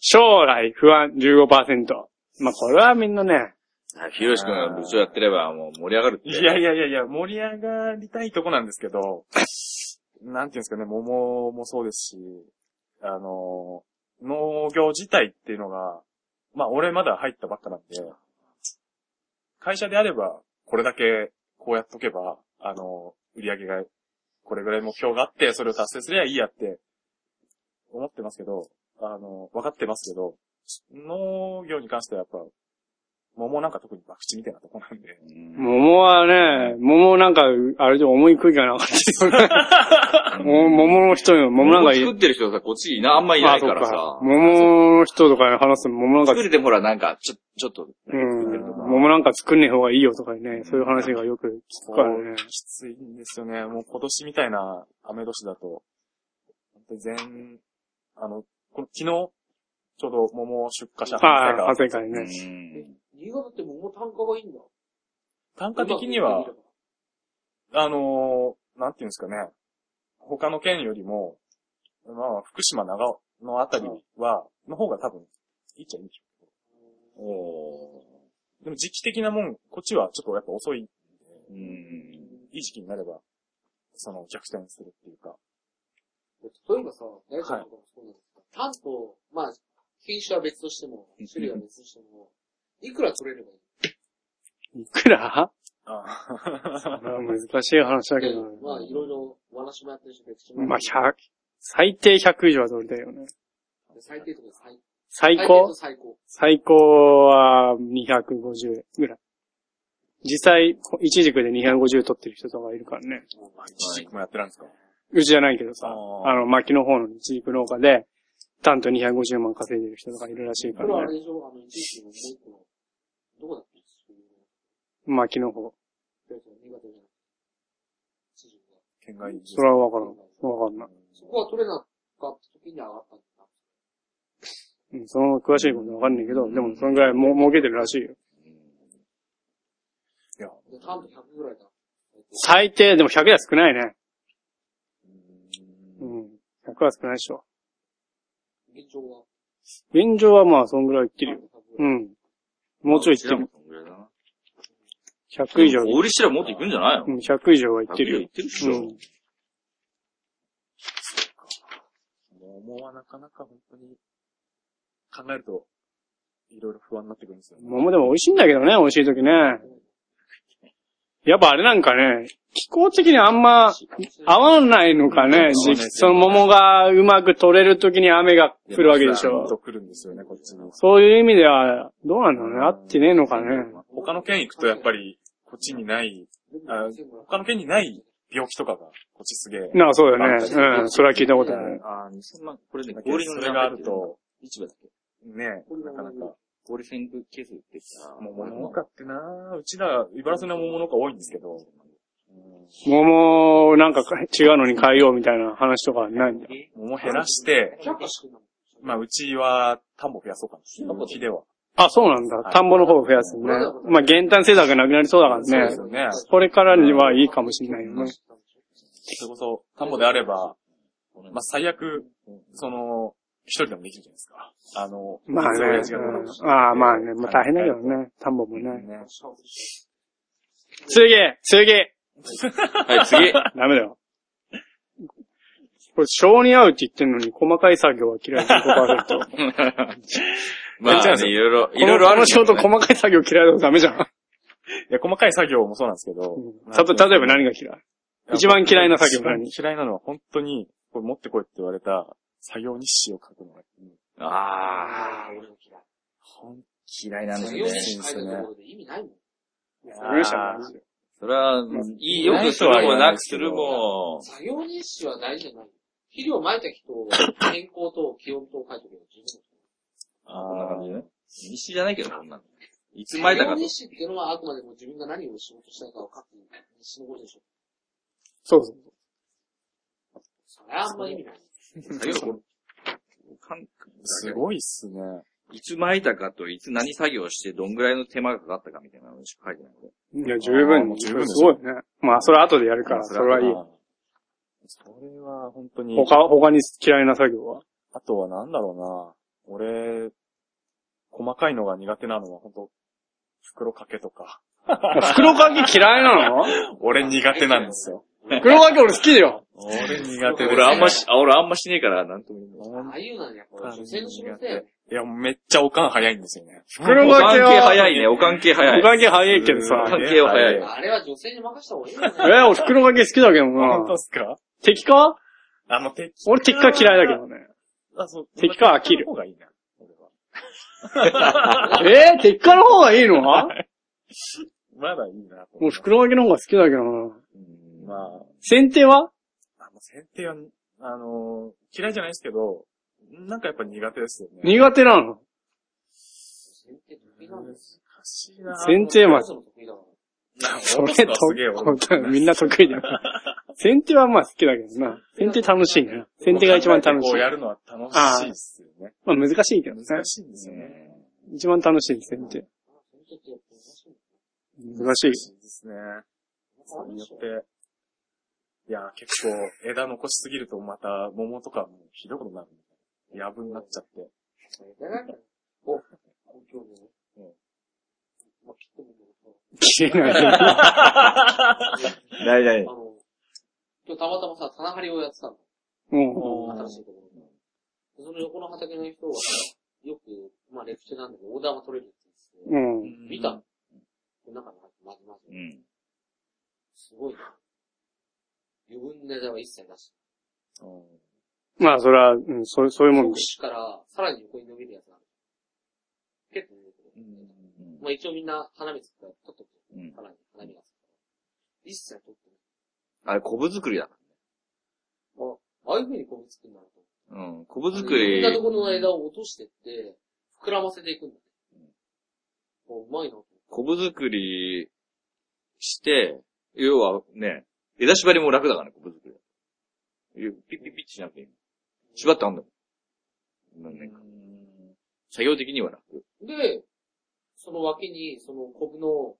B: 将来不安15%。まあ、これはみんなね、
C: ひろしくんが部長やってればもう盛り上がるって。
D: いやいやいやいや、盛り上がりたいとこなんですけど、なんていうんですかね、桃もそうですし、あの、農業自体っていうのが、まあ俺まだ入ったばっかなんで、会社であれば、これだけこうやっとけば、あの、売り上げが、これぐらい目標があって、それを達成すればいいやって、思ってますけど、あの、分かってますけど、農業に関してはやっぱ、桃なんか特に博打みたいなとこなんで、
C: うん
B: 桃はね、桃なんか、あれで重い空気がなかったよね。もう桃の人よ、桃なんかいい。
C: 作ってる人さ、こっちいな、あんまいないから
B: あ
C: さ。
B: そう桃の人とかに話すと桃なん
C: 作
B: か、
C: れてもほら、なんか、ちょ、ちょっと、
B: うん
C: 作ってるとか、
B: 桃なんか作んねえ方がいいよとかね、そういう話がよく聞くからね。
D: きついんですよね。もう今年みたいな雨年だと、本当に全、あの、この昨日、ちょうど桃を出荷した
B: ああ、
D: が、
B: 汗かいうね。
C: ん。
D: 単価的には、あのーなんていうんですかね、他の県よりも、まあ、福島、長尾のあたりは、の方が多分、いいっちゃいいんでしょ
C: お
D: う。でも時期的なもん、こっちはちょっとやっぱ遅い、
C: ーうん。
D: いい時期になれば、その逆転するっていうか。
A: 例えばさ、大事なこともそうなんですけど、タンと、まあ、品種は別としても、種類は別としても、いくら取れればいい
B: いくら
D: あ
B: まあ難しい話だけどね
A: で。まあ、いろいろ、お話もやってるし、別に。
B: まあ、100、最低100以上は取りたいよね。
A: 最低とか最
B: 最
A: 最低と
B: 高
A: 最高。
B: 最高は250ぐらい。実際、一軸で250取ってる人とかいるからね。
D: 一軸もやってないんですか
B: うちじゃないけどさ、
D: あー
B: あの、牧の方の一軸農家で、単と250万稼いでる人とかいるらしい
A: こ
B: か
A: れはあ
B: ら
A: れ
B: ね。
A: でしょあの、一時期のもう一個の、どこだっけ
B: 牧の方。
A: 新潟じゃない。知事が
D: 県外移住
B: それはわからん。わかんない。
A: そこは取れなかった時に上がったんだ。
B: うん、その詳しいことわかんないけど、でもそのぐらいも儲けてるらしいよ。
D: いや、
A: で、単と100ぐらいだ。えっと
B: 最低、でも100では少ないね。
D: う。
B: うんん。100は少ないでしょ。
A: 現状は。
B: 現状はまあ、そんぐらいいってるよ。
A: 単と100
B: う
A: ぐらい
B: ん。もうちょいいって
C: ら
B: る
C: も。そんぐらいだな。
B: 100以上、
C: 小売りしたらもっと行くんじゃないの
B: うん、100以上はいって
C: 100以上
B: る
C: 行
B: よ
C: っ。てるっし
B: う
C: ょ。
B: ん。
D: 桃はなかなか本当に、考えると、いろいろ不安になってくるんですよね。
B: 桃でも美味しいんだけどね、美味しい時ね。やっぱあれなんかね、気候的にあんま合わないのかね、
C: うん
B: じその桃がうまく取れる時に雨が降るわけでし
D: ちゃん
B: ょ。
D: と来るんですよね、こっちに。
B: そういう意味では、どうなんだろうね、合ってねえのかね。
D: 他の県行くとやっぱり、こっちにない、あ他の県にない病気とかが、こっちすげえ。
B: なあ、そうだよね。うん、それは聞いたことある。
C: ああ、2000万、これね、
D: だけど
C: 氷の
D: そ
C: 値
D: れ
C: 段
D: がある。と、
C: 市場だっけ
D: ねなかなか。
C: 氷線ケースってさ、
D: 桃農家ってなぁ、うちら、茨城の桃農家多いんですけど、うん
B: 桃をなんか違うのに変えようみたいな話とかはないんだよ。
D: 桃減らして、
A: 100かしかない。
D: まあ、うちは、田んぼ増やそうかな。うちでは。
B: あ、そうなんだ。田んぼの方を増やすね。まあ、減反政策がなくなりそうだからね
D: そう。ですよね。
B: これからにはいいかもしれないよね。
D: それこそ、田んぼであれば、まあ、最悪、その、一人でもできるじゃないですか。あの、
B: まあね。
D: 親父がどうなるか
B: うんああ、まあね。まあ大変だけどね。田んぼもね。
D: ね。
B: 次次
C: はい、次。
B: ダメだよ。これ、性に合うって言ってんのに、細かい作業は嫌い15%。
C: まあ、ね、いろいろ、いろいろあ
B: このこの
C: るんだ
B: 仕
C: けど
B: 事
C: ね。
B: 細かい作業嫌いだとダメじゃん。
D: いや、細かい作業もそうなんですけど
B: うん、たと、例えば何が嫌い一番嫌いな作業何
D: 一番嫌いなのは本当に、これ持ってこいって言われた作業日誌を書くのが、
C: ああ、
A: ああ、俺も嫌い。
D: ほん
C: 嫌いなんです
A: 作
C: よ
A: 業
C: ね
A: 日。誌書いたところで意味ないもん。
B: 作業者の話
C: それは、いい、よくするもなくするも、
A: 作業日誌は大事じゃない。肥料撒いた人を、天候と気温と書いておけば十分。
C: あこんな感じね。西じゃないけど、こんなの。いつ前だか
A: 作
C: と
A: 業日。誌っていうのはあくまでも自分が何を仕事したいかを書く日誌のことでしょ。
B: そうそう。
A: それはあんま意味ない。
C: 作業かん
D: すごいっすね。
C: いつ巻いたかと、いつ何作業して、どんぐらいの手間がかかったかみたいなのしか書いてない。
B: いや、十
D: あー
B: 分
D: もう十分ですす
B: ごいね。まあ、それは後でやるから、
C: そ
B: そ
C: れ
B: れ
C: は
B: はいい。
D: あーそれは本当に、
B: 他、他に嫌いな作業は
D: あとはなんだろうな俺、細かいのが苦手なのは本当袋掛けとか。
B: 袋掛け嫌いなの
D: 俺苦手なんですよ。
B: 袋掛け俺好きだよ。
D: 俺苦手です。
C: 俺あんまし、あ俺あんましねえから、なんとも言えない。
D: ほん
A: ああいうのはやっぱ女性の仕事だよね。
D: いや、めっちゃおかん早いんですよね。
B: 袋
C: お
B: 掛
C: 関
B: け
C: 係
B: は、
C: 早いね、お関係早
B: 袋
C: い。
B: 掛け早いけどさ。
C: 関係は早い
A: あれは女性に任した方がいいよね。
B: え、俺袋掛け好きだけど
D: 本当
B: な
D: っ。すか
B: 敵か
D: あの、敵。
B: 俺敵か嫌いだけどね。
D: あ、そう。
B: 敵か飽きる
D: 敵の方がいいな。俺は。
B: えー、敵かの方がいいの
D: まだいいなと
B: も
D: 思いうます。
B: 袋掛けの方が好きだけどな。
C: うんま
D: ま
C: あ、
D: あ、
B: 剪定は
D: あの、選定は、あのー嫌いじゃないですけど、なんかやっぱ苦手ですよね。
B: 苦手なの。
A: 剪定得 意なんです。
D: 難しいな
B: 剪定は、
A: そもそも得意だから
B: それ
D: 落とすのはすげえ
B: と、みんな得 意だよ。剪定はまあ好きだけどな。剪定楽しいね。剪定が一番楽し
D: こ。
B: いう
D: やるのは楽しいっすよね。
B: まあ難しいけどね。
D: 難しいんですよね。
B: 一番楽しいです、剪定。
A: 剪定ってやっぱ難しいんだ
B: 難しい。
D: ですね。
A: よ
D: それ
A: ね
D: によって、いや、結構枝残しすぎるとまた桃とかもうひどいことになる。やぶになっちゃって。
A: だから、お、公共でね。
D: う
A: うんん。まあ、切ってもいいけど
B: 切れない。
C: ないない
A: あ。の、今日たまたまさ、棚張りをやってたの。
B: も
A: 新しいところの。でその横の畑の人は、よく、まあ、レクチャーなんだけど、オーダーが取れるって言
B: う、う
A: って
B: ん。
A: て、見たの。で中に入って、まじま
C: う
A: じ。
C: ん。
A: すごいな。余分な枝は一切なし。
D: うん
B: まあ、それは、うん、そう、そういうもん
A: 特
B: です。
A: 殊から、さらに横に伸びるやつがある。結構伸びてる。まあ、一応みんな花見つって取っとく。
C: うん
A: 花に。一切取って
C: あれ、コブ作りだか
A: ない。あ、ああいう風にコブ作りになると。
C: ら。うん。コブ作
A: い
C: り
A: ろん、なところの枝を落としてって、膨らませていくんだね。あうまいなと思
C: コブ作りして、要はね、枝縛りも楽だからね、コブ作り。ピッピッピッてしなくていい。
A: って。
C: 縛ってあんだもん。何年か。作業的には楽。
A: で、その脇に、そのコブの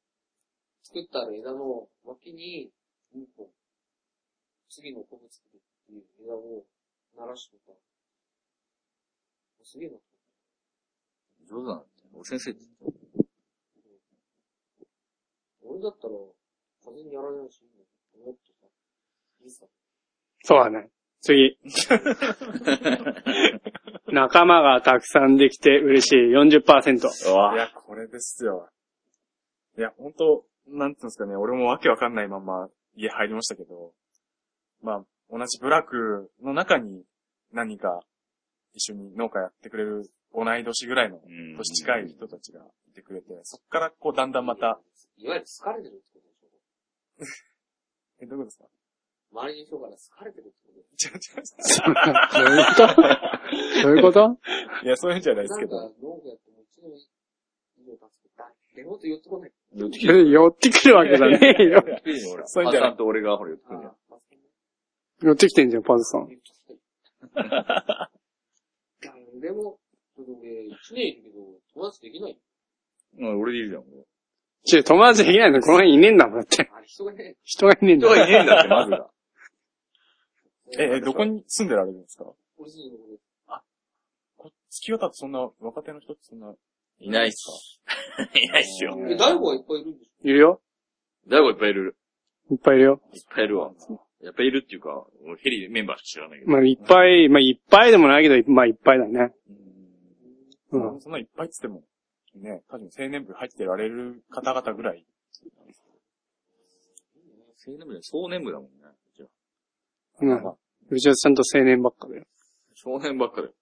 A: 作ったある枝の脇に、2本、次のコブ作るっていう枝を鳴らしてた。すげえな。
C: 上手なんだよ。俺先生、
A: 俺だったら、風にやられないし、もっとさ、いいさ。
B: そうだね。次。仲間がたくさんできて嬉しい40%。
C: う
D: い
C: わ
D: や、これですよ。いや、ほんと、なんていうんですかね、俺もわけわかんないまま家入りましたけど、まあ、同じブラックの中に何か一緒に農家やってくれる同い年ぐらいの
C: うん
D: 年近い人たちがいてくれて、そっからこうだんだんまた、。
A: いわゆる好かれてるってことでしょ
D: え、どういうこと
A: 周りの人から好かれてるってことで
D: ですか違
B: どういうこと どういう こと
D: う違う。いや、そういうんじゃないです
A: な
D: け
A: んか
D: ど、、
A: 農家やっても一度以上経つけど、誰もと寄ってこない。
C: 寄ってきてる。
B: 寄ってくるわけじゃねえよ。
C: ほら。
D: そういう
C: パ
D: んじゃない
C: さんと俺がほら寄ってくるじゃん。
A: あ、そんな
B: 寄ってきてんじゃん、パズさん。
A: 言ってきて。誰も、ちょっと俺、一年いるけど、友達できないよ。
C: うん、俺でいるじゃん。
B: ちょ、友達できないのこの辺いねえんだもん、だって。
A: あれ人がいない。
B: 人がいねえんだ
C: 人
B: もん。
C: がいねえんだって、まずが。
D: え、えどこに住んでられるんですか
A: 俺自身のこと
D: こ月渡ってそんな、若手の人ってそんな、
C: いないっす。いないっすよ。
D: う
A: で
D: ん
A: え、大悟はいっぱいいるんでし
B: いるよ。
C: 大悟いっぱいいる。
B: いっぱいいるよ。
C: いっぱいいるわ。やっぱいいるっていうか、俺ヘリメンバーしか知らないけど。
B: まあ、いっぱい、まあ、いっぱいでもないけど、まあ、いっぱいだね。う
D: うんん。。そんないっぱいっつっても、ね、多分青年部入ってられる方々ぐらい、
C: 青年部じゃない少年部だもんね。じゃあ
B: うん。うちはちゃんと青年ばっかだよ。
C: 少年ばっかだよ。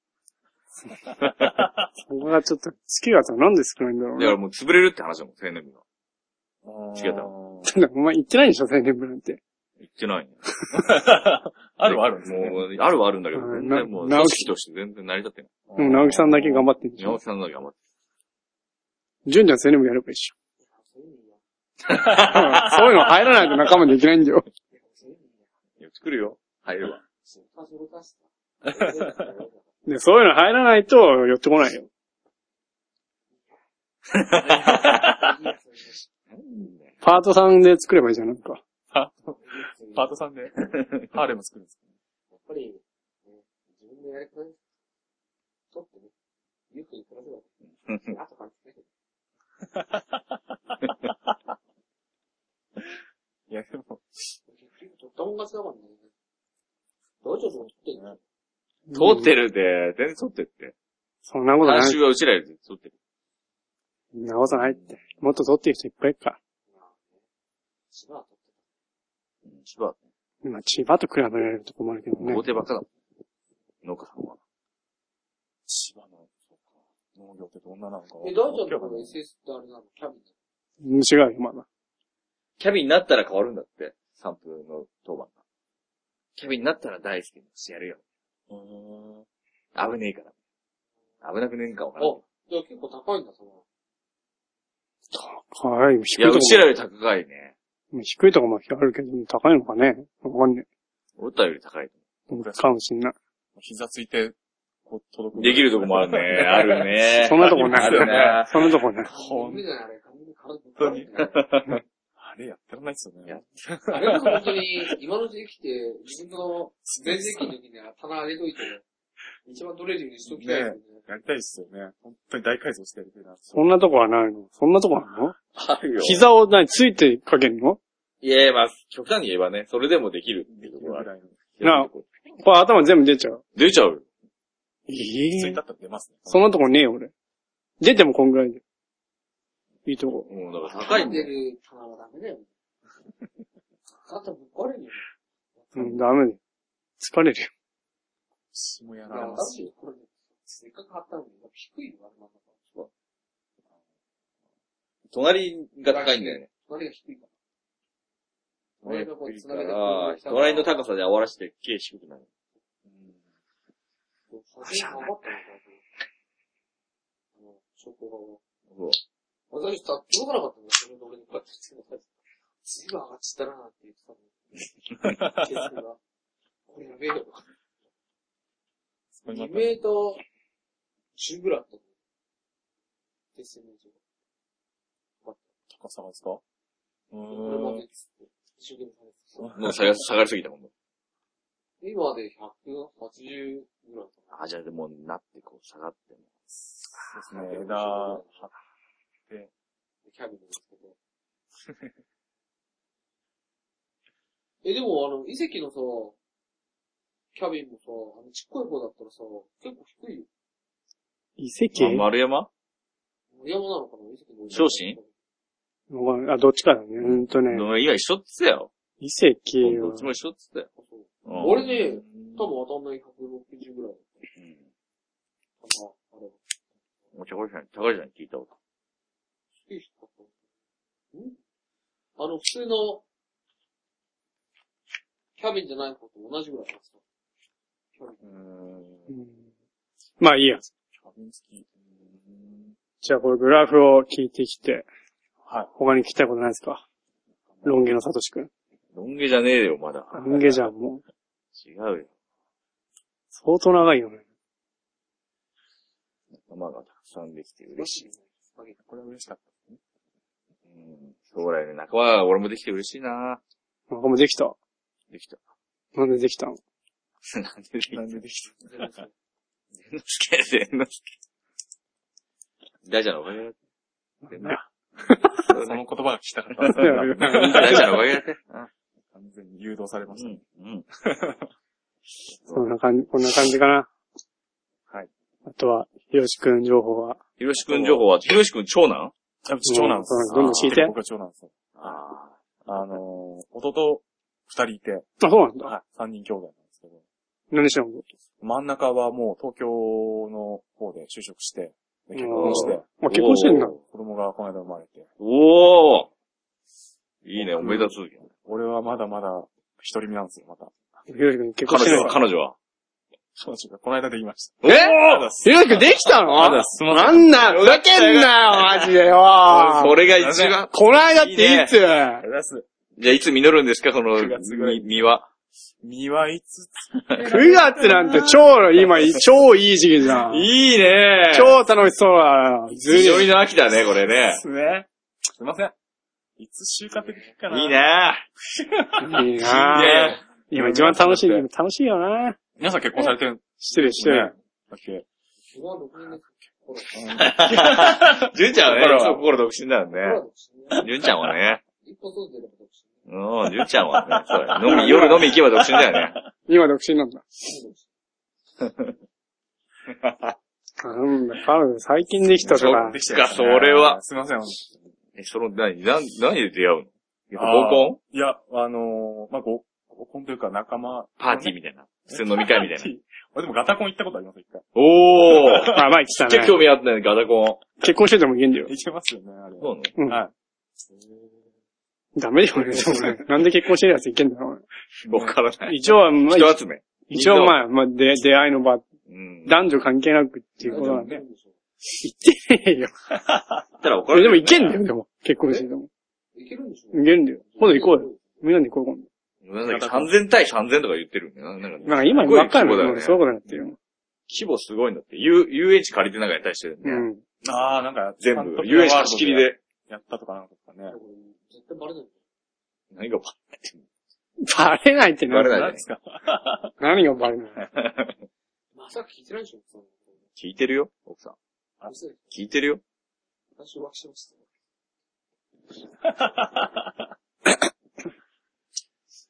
B: そこがちょっと、月がさ、なんで少ないんだろうね
C: だからもう潰れるって話だもん、青年部が。
D: 違
C: 違った
B: た だお前行ってないでしょ、青年部なんて。
C: 言ってないね。
D: あるはあるんですね。
C: もう、あるはあるんだけど、
B: うん
C: 全然もう、
B: な
C: 組織として全然成り立ってない。
B: でも、直樹さんだけ頑
D: 張
B: 張ってんでし
C: 山
B: ょ
C: 木。さんだけ頑張って。
B: 純ちゃん青年部やればいいでし ょ。
A: ょ。そういうのいいな。
B: そういうの入らないと仲間できないんだよ。
A: いやそういうのいいな。
C: いや、作るよ。入れば。
A: そう昔俺出した。俺だったら俺だか
B: で、そういうの入らないと寄ってこないよ。
A: らいいやそういうの
B: パートさんで作ればいいじゃん、なんか。
A: いいやそういうの
D: パートさんで、ハーレム作るんです
A: やっぱり、ね、自分のやり方に、とってね、ゆっくり暮らせば、あと関係ない。
D: いや、でも、
A: 取ったもん勝ちだからね。大丈夫取ってんの
C: 通ってるで、全然通ってるって。
B: そんなことな
C: 監
B: い。
C: 修はうちらより通ってる。
B: そんなことないって。もっと取ってる人いっぱいいるから。
A: 千葉は取って
C: うん、千葉、
B: 今、千葉と比べられると困るけどね
C: 大。手ばっかだもん。農家さんは。
D: 千葉の、そうか農業ってどんななのか。
A: た。え、大丈夫この SS ってあれなのキャビン
B: うん違うよ、まだ。
C: キャビンになったら変わるんだって。サンプルの当番が。キャビンになったら大好きにしてやるよ。
D: うーん
C: 危ねえから。危なくねえんかわからんけど。
A: じゃあ結構高いんだ、その。
B: 高い。低
C: い
B: い
C: や、
B: とこ
C: うちらより高いね。
B: も、低いとこもあるけど、高いのかねわかんね
C: 俺たより高い。
B: え。かもしんない。
D: 膝ついて、こう、届く。
C: できるとこも あるね。あるね。
B: そんなとこな
C: あ
B: い
C: るね。
B: そんなとこね。
D: ほん
A: 無理だよ、あれ。髪の体
D: 当に
A: 変わって
D: あれやってらんないっすよね。
C: いや
A: ないあれこそ本当に、今の時期って、自分の前世紀の時には棚上げといて、一番取れるようにしときたいですよね。
D: やりたいっすよね。本当に大改造してやりたいな。
B: そんなとこはないのそんなとこなの
C: あるよ。
B: 膝を何ついてかけるの
C: いや、まあ、極端に言えばね、それでもできるって
D: で
C: い
D: き
C: うと
D: る
C: こ
D: ぐ
C: ろはある。
D: らいの。
B: なあこれ頭全部出ちゃう。
C: 出ちゃうよ。
B: え
D: つい
B: え
D: たったら出ますね。
B: そんなとこねえよ、俺。出てもこんぐらいで。いいとこ。
C: もう、だから高
A: 高
C: い
A: い
C: ん
A: ん
C: だ
A: で
C: よ。
A: る棚はダメだよ。だってぶっ壊れるよ。
B: うん、ダメだよ。疲れるよ。
D: 私もや
A: い
D: ら
A: や、
D: れます
A: 私
D: し。、
A: これ、せっかく買ったのに、低いよ、あれなんだから。
C: 隣が高いんだよね。
A: 隣が低いから。俺がこう繋げて
C: ああ、笑いの高さで終わらせて、K 低くなる。
A: 写真が余ったのかなあの、証拠がも
C: そう。
A: う。私、さっき動かなかったんだよ。それで俺にこうやってつけなさい。随分上がっちゃったなって言ってたの。ケツが。これやべえよ。2メートル10ぐらいあったの。ケツの位置が。
D: 高さがですかう
A: これま
D: ー
A: で
D: ん。
A: っつって、一生懸命探してた
C: もう下が下がりすぎたもんね。
A: 今まで180ぐらいかな。
C: あ、じゃあでも、なってこう下がっても。
D: そうですね、枝、は
A: キャビンですけど。 え、でもあの、遺跡のさ、キャビンもさ、あの、ちっこい方だったらさ、結構低いよ。
B: 遺
C: まあ
B: 跡
C: 丸山
A: 森山なのかな遺跡の。
C: 昇進
B: わかんないあ、どっちかだね。うーんとね。
C: 今一緒っつったよ。
B: 遺
C: どっ
B: 跡
C: ちも一緒っつったよ。
A: あそう
C: うん
A: 俺ね、多分当たんない160ぐらいだっ
C: うん。
A: たかな。あれは。
C: もう高いじゃない、高いじゃない、聞いたこと。
A: すげえ低かった。んあの、普通の、キャビンじゃない方と同じぐらいだった。キャビン。
D: うーん。
B: うんまあいいや。
D: キャビン付き。うーん
B: じゃあこれグラフを聞いてきて、
D: はい。
B: 他に聞きたいことないですかロン毛のサトシ君。
C: ロン毛じゃねえよ、まだ。
B: ロン毛じゃん、もう。
C: 違うよ。
B: 相当長いよね。
C: 仲間がたくさんできて嬉しい。
A: スパゲッテ
D: これは嬉しかっ
C: うん。将来の仲間は俺もできて嬉しいな
B: なんかもうできた。
C: できた。
B: なんでできたの
C: なんででき
D: た。
C: た
D: なんでできた
A: ィ全
C: 全之
A: 然
C: 助、全之助。大ちゃんのおかげだって。全然
D: その言葉が聞きたかったんです
B: いや
D: ね。
C: 大ちゃんのおかげだって。
D: 完全に誘導されま
C: う
D: した。
C: ん。うん。
B: そんな感じ、こんな感じかな。
D: はい。
B: あとは、ひろしくん情報は。
C: ひろしくん情報は、ひろしくん長男
D: あうち長男で
B: う
D: す
B: ん。どんどん聞いて
D: 僕が長男です。
C: あ
D: あのー、弟二人いて、
B: あ、そうなんだ。
D: はい、三人兄弟なんですけど、
B: 何しろの
D: 真ん中はもう東京の方で就職して、で結婚して、
B: あ、結婚してんだ。
D: 子供がこの間生まれて、
C: おーいいね、おめでた続き。
D: 俺はまだまだ一人身なんですよ、また。
B: ひろしくん結婚し
C: 彼
B: て
C: 女
B: ない
C: は、。彼女は。
D: そうですこの間で言いました。
C: え
B: おひろしくんできたのなんなんふざけんなよ、マジでよ。
C: それが一番。
B: こないだっていつ
D: ありがとうござい
C: じゃあ、いつ実るんですか、この
D: 9月ぐらい、
C: み実は。
D: ます。身はいつつ、
B: ?9 月なんて超、今、超いい時期じゃん。
C: いい ね
B: 超楽しそうだ。ずるい
C: 実りの秋だね、これね。
D: ね。すいません。いつ収穫できるかない
C: い
D: ね。
C: ね
B: いい
C: いい
B: なぁ
C: ね
B: 今一番楽しい、今楽しいよな
D: 皆さん結婚されてるんで
B: 失礼
D: す
B: 失礼。
D: だっけ。
A: 自分は6年です。ほら、
C: 純ちゃんはね、い
D: 心は
C: つも心独身だよ
A: ほら、
C: ね。
A: 独身ね。
C: 純ちゃんはね。
A: 一歩外出れば独身ね。
C: うん、純ちゃんはね、そうだよ。飲み、夜飲み行けば独身だよね。
B: 今独身なんだ。
A: そうです
B: なんだ、彼女最近できたと
C: そ
B: か
C: う。 かそれは。
D: すいません。
C: え、その、何、何、何で出会うの
D: あー
C: 合コン
D: いや、あのー、まあ、ご、合コンというか仲間。
C: パーティーみたいな。普通の飲み会みたいな。
D: あでもガタコン行ったことあります一回。
C: おー
B: あ、まあ言ってた
C: 結構
B: ね。
C: 興味あったね、ガタコ
B: 結婚しててもいいんだよ。
D: いけますよね、あれ
C: ン。。そうなの
B: うん
D: はい。
B: ダメよね、でもね。なんで結婚してるやついけんだろ
C: わからな
B: う。
C: い。
B: 一応は、まあ、
C: 人集め。
B: 一応まあ、まあ、出出会いの場、
C: うん。だ
B: 男女関係なくっていうことなんで。
A: ね。
B: いけねえよ。
C: ったら怒
B: こ
C: ら
B: れ
C: れ
B: でも
C: る
B: いけんだよ、でも。結婚してても。
A: いけるんでしょ
B: いけるんだよ。今度行こうよ。みんなで行こうよ、今度。
C: なんだっけ、3000対3000とか言ってるんだよな。なんか、
B: なんか今
C: すごい
B: ばっかり
C: 規模だよ
B: の、
C: ね
B: そういうことになってるよ。
C: 規模すごいんだって。U、UH 借りてなんかやったりしてる
B: う
C: ね。
B: ん。
D: あー、なんか、
C: 全
D: 監
C: 部。
D: 督
C: UH 貸し切り。で。
D: やったとかなんかとかね。
A: 絶対バレない。
C: 何がバレてる
B: バレないって
C: バレ
B: 何
C: ない
D: なんですか
B: 何がバレない
A: まさか聞いてないでしょその
C: 聞いてるよ、奥さん。
A: 嘘で
C: 聞いてるよ。
A: 私浮気してましたよ。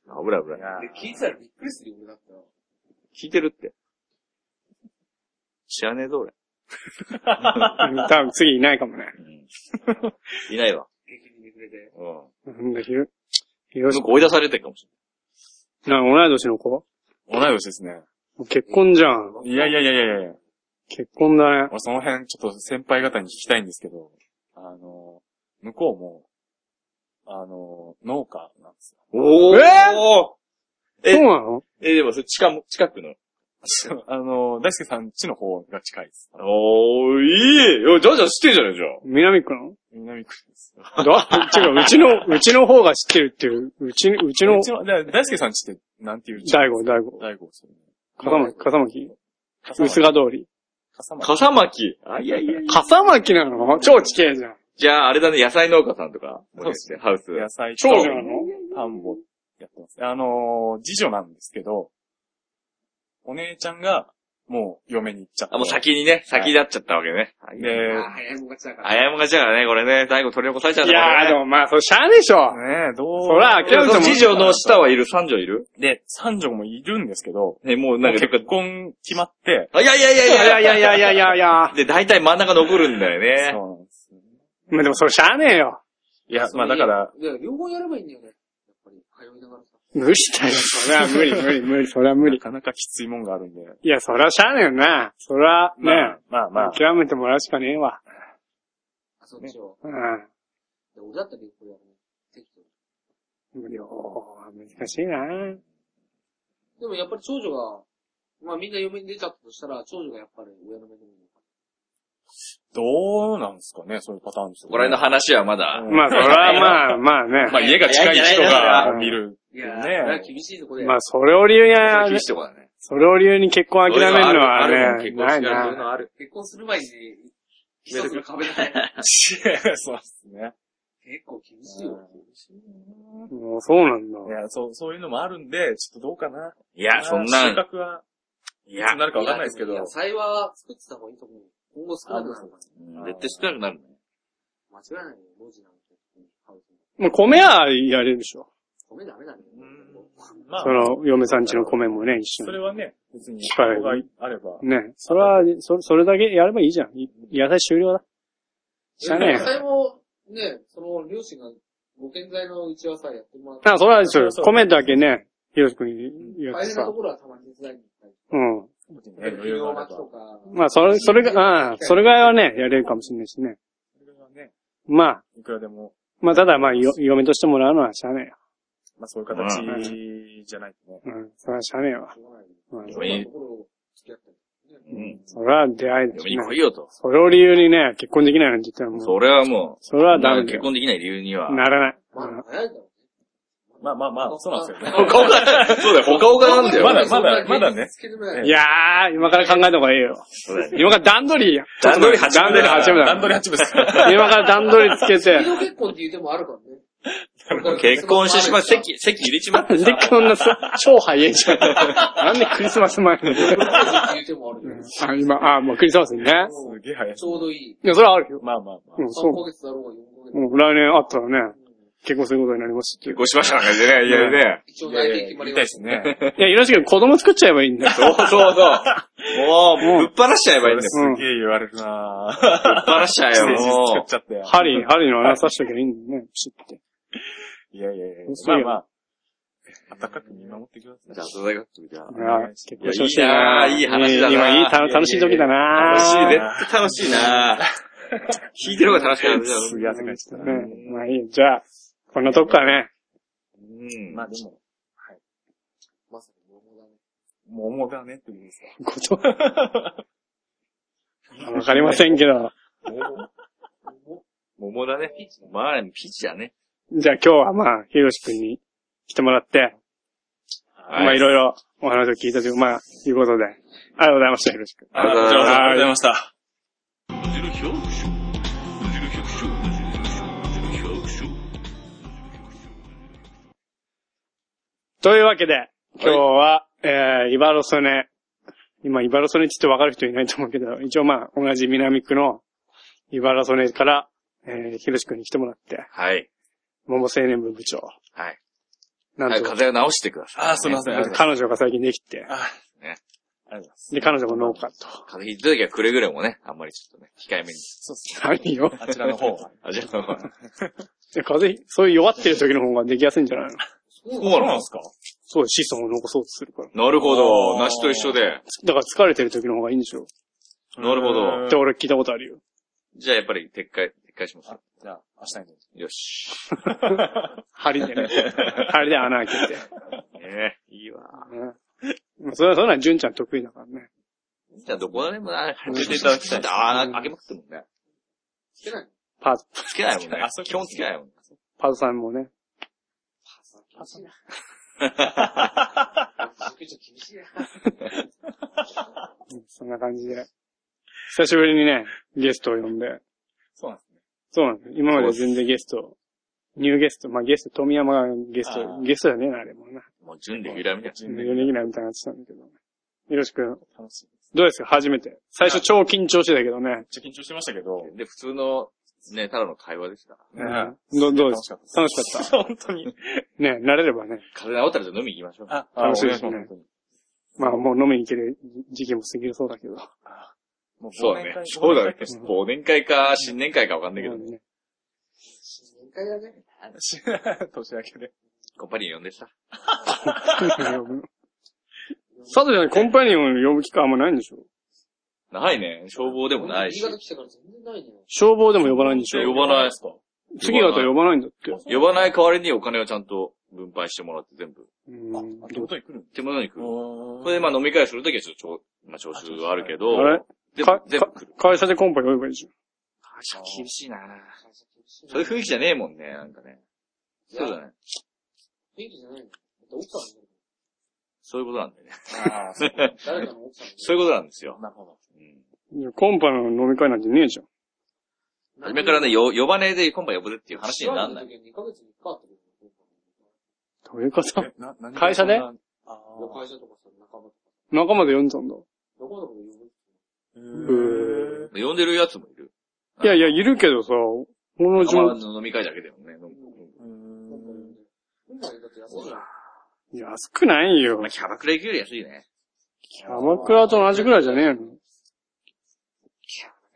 C: 危ない危ない
D: い。や
A: で、聞いてたらびっくりするよ、俺だったら。
C: 聞いてるって。知らねえぞ、俺。
B: うん多分次いないかもね。
C: いないわ。
A: 激にめぐれて。
C: うん。向
B: なんだ、ひろ、ひろし
C: こう追い出されてるかもし
B: なんか同い年の子も
D: 同い年ですね。
B: う結婚じゃん。
D: いやいやいやいやいや
B: 結婚だね。
D: 俺その辺ちょっと先輩方に聞きたいんですけど、あの、向こうも、あの、農家なんです
C: お
B: そ
C: ー
B: う
C: え
B: なの
C: え、でもそれ近も、近くの。
D: よ。あの、大輔さん家の方が近いです。
C: おー、いいよ、ジャジャ知ってんじゃねえじゃん。
B: 南区の
D: 南区です。
B: だ、違う、う ちの、うちの方が知ってるっていう、うち、うちの
D: う、ちの、だ大輔さん家って、なんていう
B: 大悟、大悟。
D: 大悟ですよね。
B: 笠巻、笠巻。薄
D: が。
B: 賀通り。
D: 笠間
C: 笠巻。あ、いやいやいや。
B: 笠巻なの超地形じゃん。
C: じゃあ、あれだね、野菜農家さんとか。もしかしてハウス。
D: 野菜
B: 長女なの
D: 田んぼやってます。あのー、次女なんですけど、お姉ちゃんが、もう嫁に行っちゃった。
C: あ、もう先にね、先立っちゃったわけね。
D: で、
C: ね
A: あー、早いもん勝ちだから。
C: あやもがちだからね、これね、大悟取り残されちゃう
B: い
C: とこ
B: やー、で
C: ね。
B: もまあ、それしゃあねえでしょ。
D: ねえ、どう
B: そら
C: でもその次女の下はいる三女いる
D: で、三女もいるんですけど、
C: ね、もう
D: も
C: な
D: うん
C: かどっ
D: 結
C: か、
D: 婚決まって、
C: あいやいやいや
B: い
C: い
B: や
C: や
B: いやいやいやいやいや。
C: で、大体真ん中残るんだよ
D: そう
C: ね。
D: なんですよね。
B: まあでもそれしゃあねえよ。
D: いや、
A: そ
D: ま
A: れ
D: あ
A: に
D: だから、。
A: いや、両方やればいいんだよね。やっぱり、通いながらさ。
B: 無視だよ。それは無理無理無理、それは無
D: な
B: 理。
D: かなかきついもんがあるんで、
B: いや、それはしゃあねえよな。それはね、
D: まあ、まあまあ、
B: 諦めてもらうしかねえわ。
A: あ、そっちを。
B: うん。
A: で俺だったら両方やるね。適当に
B: 無理よ難しいな。
A: でもやっぱり長女が、まあみんな嫁に出ちゃったとしたら、長女がやっぱり親の目で見る。
D: どうなんですかね、そういうパターンです
C: こ
D: よ
C: こ
D: ね
C: ら辺の話はまだ。
B: まあ、それはまあまあね。
D: まあ家が近い人が見る。
A: いやー、
D: ね
A: それは厳しいとこで。
B: まあ、それを理由
C: そ
B: や
C: う厳しいとこだね。
B: それを理由に結婚諦めるのは
C: そう
B: ね、
C: いうのあ
B: ない
C: るある
B: な。
C: ある
A: 結婚する前に、一つの壁 だね。
D: そうですね。
A: 結構厳しいよ。
B: もうそうなんだ。
D: いや、そう、そういうのもあるんで、ちょっとどうかな。
C: いや、そんな
D: 収
C: ん。
D: 穫は、
C: い
D: い
C: や
D: つに、なるかわかんないですけど
A: や。野菜は作ってた方がいいと思う。今後少なくなるか
C: う
A: ら。
C: ん絶対少なくなるね。
A: 間違いないよ、文字なんて。買うと
B: もう米はやれるでしょ。
A: 米ダメだね。
D: まあ
B: そ、の、嫁さんちの米もね、一緒
D: そ
B: に
D: れ。はね、別に、
B: 機
D: 機
B: 会
D: 会があれば。
B: ね。それは、そそれだけやればいいじゃん。い野菜終了だ。しゃあねえ
A: 野
B: よ。
A: 菜も、ね、その、両親がご健在のうちはさ、やってもらって。
B: あ、それはそうよ
D: そうそう
B: 米だけね、ひろしくんやっ
A: 大
B: て
A: 変
B: さ
A: なと。ころはたまに手伝いに行ったり。
B: うん。
A: 例えば、企業巻きとか。
B: まあ、それ、それが、ああ、それぐらいはね、やれるかもしれないしね。
D: それはね、
B: まあ、
D: いくらでも、
B: まあ、ただまあ、よ嫁としてもらうのはしゃあねえよ。
D: まあそういう形じゃないとね。
B: うん。それはしゃあねえわ。うん。
A: そういうところを付き合ったり。
C: うん。
B: それは出会いだ
C: でも
B: し、ね。
C: 今いいよと。
B: それを理由にね、結婚できないなんて言ったらもう、
C: それはもう、
B: それはダメだ
C: 結
B: よ。
C: 婚できない理由には。
B: ならない。
A: まあ、早いだろうね。
D: まあまあまあ、そうなんですよね。
C: ほかほか、そうだよ、ほかほかなんだよ。
D: まだまだまだね。
B: いやー、今から考えた方がいいよ。
C: そうだよ
B: 今から段取り や。
C: 段取り八
B: 段取り八分だ。
D: 段取り八分です。
B: 今から段取りつけて
A: スピ、ード結婚っていう手もあるからね。
C: 結婚してしまう、席、席入れちまってさ
B: で、こんなさ、超早いじゃん。なんでクリスマス前に。
A: っていう手もあるよね。
B: あ、今、あ、もうクリスマスにね。
D: すげえ早い
A: ち。ょうどいい。
B: いや、それはあるよ。
D: まあまあまあ。
B: うん、そ
A: 3
B: う
A: ヶ。月だろうが4ヶ月。
B: もう来年あったらね、結婚することになりますってい
C: 結
B: う。
C: 婚しましたなんかでね、いやね。
A: 一応内定決まり
D: み
A: ま
D: たいで
A: し
D: す
A: た。
D: ね。
B: いや、いろしく子供作っちゃえばいいんだよ。
C: そうそうそう。もう、ぶっ放しちゃえばいいんだよ。
D: すげえ言われるな
C: ぶっ放しちゃえ
D: ぁ。
C: よ、
D: 作っ
C: も
D: ちゃって。
B: 針、針の穴刺しときゃいいんだよね、ピシって。
D: いやいやいや。
B: そう
D: まあ
B: よ
D: まあ。暖かく見守ってくだ
C: う。
D: さ
C: じゃ
D: い
C: あ、。それが、じゃあ
B: いや結婚してほしい
C: いやいいなーいい話だない
B: 今いいた、楽しい時だな
C: 楽しい、
B: ね。
C: 絶対楽しいな弾いてる方が楽しくなるじゃ
D: すげえ汗かいてたな。
B: ねまあいいよ。じゃあ、こんなとこかね。
C: ん。
D: まあでも、
A: まさに桃だね。
D: 桃だねって言うんです
B: ことわかりませんけど。
A: 桃
C: 桃だね。
A: ピーチだね。
C: まあ、ピチだね。
B: じゃあ今日はまあ、ひろしくんに来てもらって、まあいろいろお話を聞いたという、まあ、いうことで。ありがとうございました、ひろしくん。
D: ありがとうございました。ありがとうございました。
B: というわけで、今日は、えー、イバロソネ。今、イバロソネって言ってわかる人いないと思うけど、一応まあ、同じ南区のイバロソネから、えー、ひろしくんに来てもらって、
C: はい。
B: 桃青年部部長。
C: はい。
B: な
C: はい、
B: んと、
C: 風邪を治してください。
D: あーすいません
C: ね
D: ありがとうございます
B: 彼女が最近できて、
D: ありがとうございます。
B: で、彼女も農家と。
C: 風邪ひいた時はくれぐれもね、あんまりちょっとね、控えめに。
D: そうです
B: 何
D: ね。
B: よ。
D: あちらの方は。
C: あ、じゃあ、
B: いや風邪、そういう弱ってる時の方ができやすいんじゃないの
A: そう
C: そうなの
D: すか
B: そう、子孫を残そうとするから。
C: なるほど。
D: おー
C: 梨と一緒で。
B: だから疲れてる時の方がいいんでしょ。
C: なるほど
B: って俺聞いたことあるよ。
C: じゃあやっぱり撤回、撤返します
D: あ
C: よ。、
D: じゃあ、明日にでも。
C: よし。
B: 針で ね。針で穴開けて。
C: ねえ、いいわ。
B: ね、それは、そんなん純ちゃん得意だからね。
C: じゃあどこでもな、出ていただきたい。ああ、開けまくってるもんね。
A: つけないの
B: パート、
C: つけないもんね
D: あそ。う
C: 基本つけないもんね。
B: パートさんもね。
A: 厳しいな。塾長厳しいな。
B: うんそんな感じで。久しぶりにね、ゲストを呼んで。
D: そうなんですね。
B: そうなんです。今まで全然ゲスト、ニューゲスト、まあゲスト、富山がゲス
D: あ
B: ト、
D: ー
B: ゲストじゃねえな、あれもな。
C: もう準レギュラーみたい
D: 準
B: 米
D: レギ
B: ネギラーみたいになってたんだけど。よろしくん、
D: 楽しいです。
B: どうですか初めて。最初超緊張してたけどね
D: めっ。ちゃ緊張してましたけど、
C: な。で、普通の、ね、ただの会話でした。
D: ね
B: どどうで
D: 楽し
B: す
D: か
B: か
D: ったです
B: 楽しかっ
D: 本当に。
B: た。ね、慣れればね。
C: 風邪治ったらじゃあ飲み行きましょう。
D: あ、
B: 楽しいですね
D: あお願しま本
B: まあもう飲みに行ける時期も過ぎるそうだけど。
D: 当にもう
C: そうだね。そうだね。
B: うん
C: 忘年会か、新年会かわかんないけどね。
B: ね
A: 新年会だね。
D: ね。年明けで。
C: コンパニー呼んでさ。
B: 佐藤ちゃん、コンパニオン呼ぶ機会あんまないんでしょ
C: ないね。消防でもないし
A: 新。潟来たから全然ないね。
B: 消防でも呼ばないんでしょ
C: 呼ばない
D: ですか
B: 次だと呼ばないんだって。
C: 呼ばない代わりにお金をちゃんと分配してもらって全部。
B: うん。
D: あ、手元に来る
C: 手元に来る。
D: こ
C: それでまあ飲み会するときはちょっとちょ、まあ調子はあるけど
B: あれ、
C: 全
B: か
C: 部、全部来る。
B: 会社でコンパ呼べばいいじ
C: 会社厳しいな
A: 会社厳しいな。
C: そういう雰囲気じゃねえもんね、なんかね。
A: い
C: そう
A: や
C: じゃない。
A: 雰囲気じゃないの。だって奥さんね
C: そういうことなんだよね。
D: ああ、そう
A: 誰かの奥さんね
C: そういうことなんですよ。
D: なるほど。
C: うん
B: ゃんいや。コンパの飲み会なんてねえじゃん。
C: 初めからね、よ呼ばねえで今晩呼ぶでっていう話になんない。
A: 2ヶ月に1回あってくるよ
B: どういうこと
D: えな何
B: 会社で
D: そんなあ
A: 会社とかさ、仲間とか。
B: 仲間で呼んだんだ。
A: どこどこで呼ぶ
D: ー
B: ー
D: へ
C: 呼んでるやつもいる。
B: いやいや、いるけどさ、この地
C: 仲間
B: 元、
C: の飲み会だけだよね。飲む
D: ーう
A: 今回
D: ん
A: だって安いじゃん。
B: 安くないよ
C: まあ、。キャバクラ行くより安い ね。
B: 鎌倉と同じくらいじゃねえの。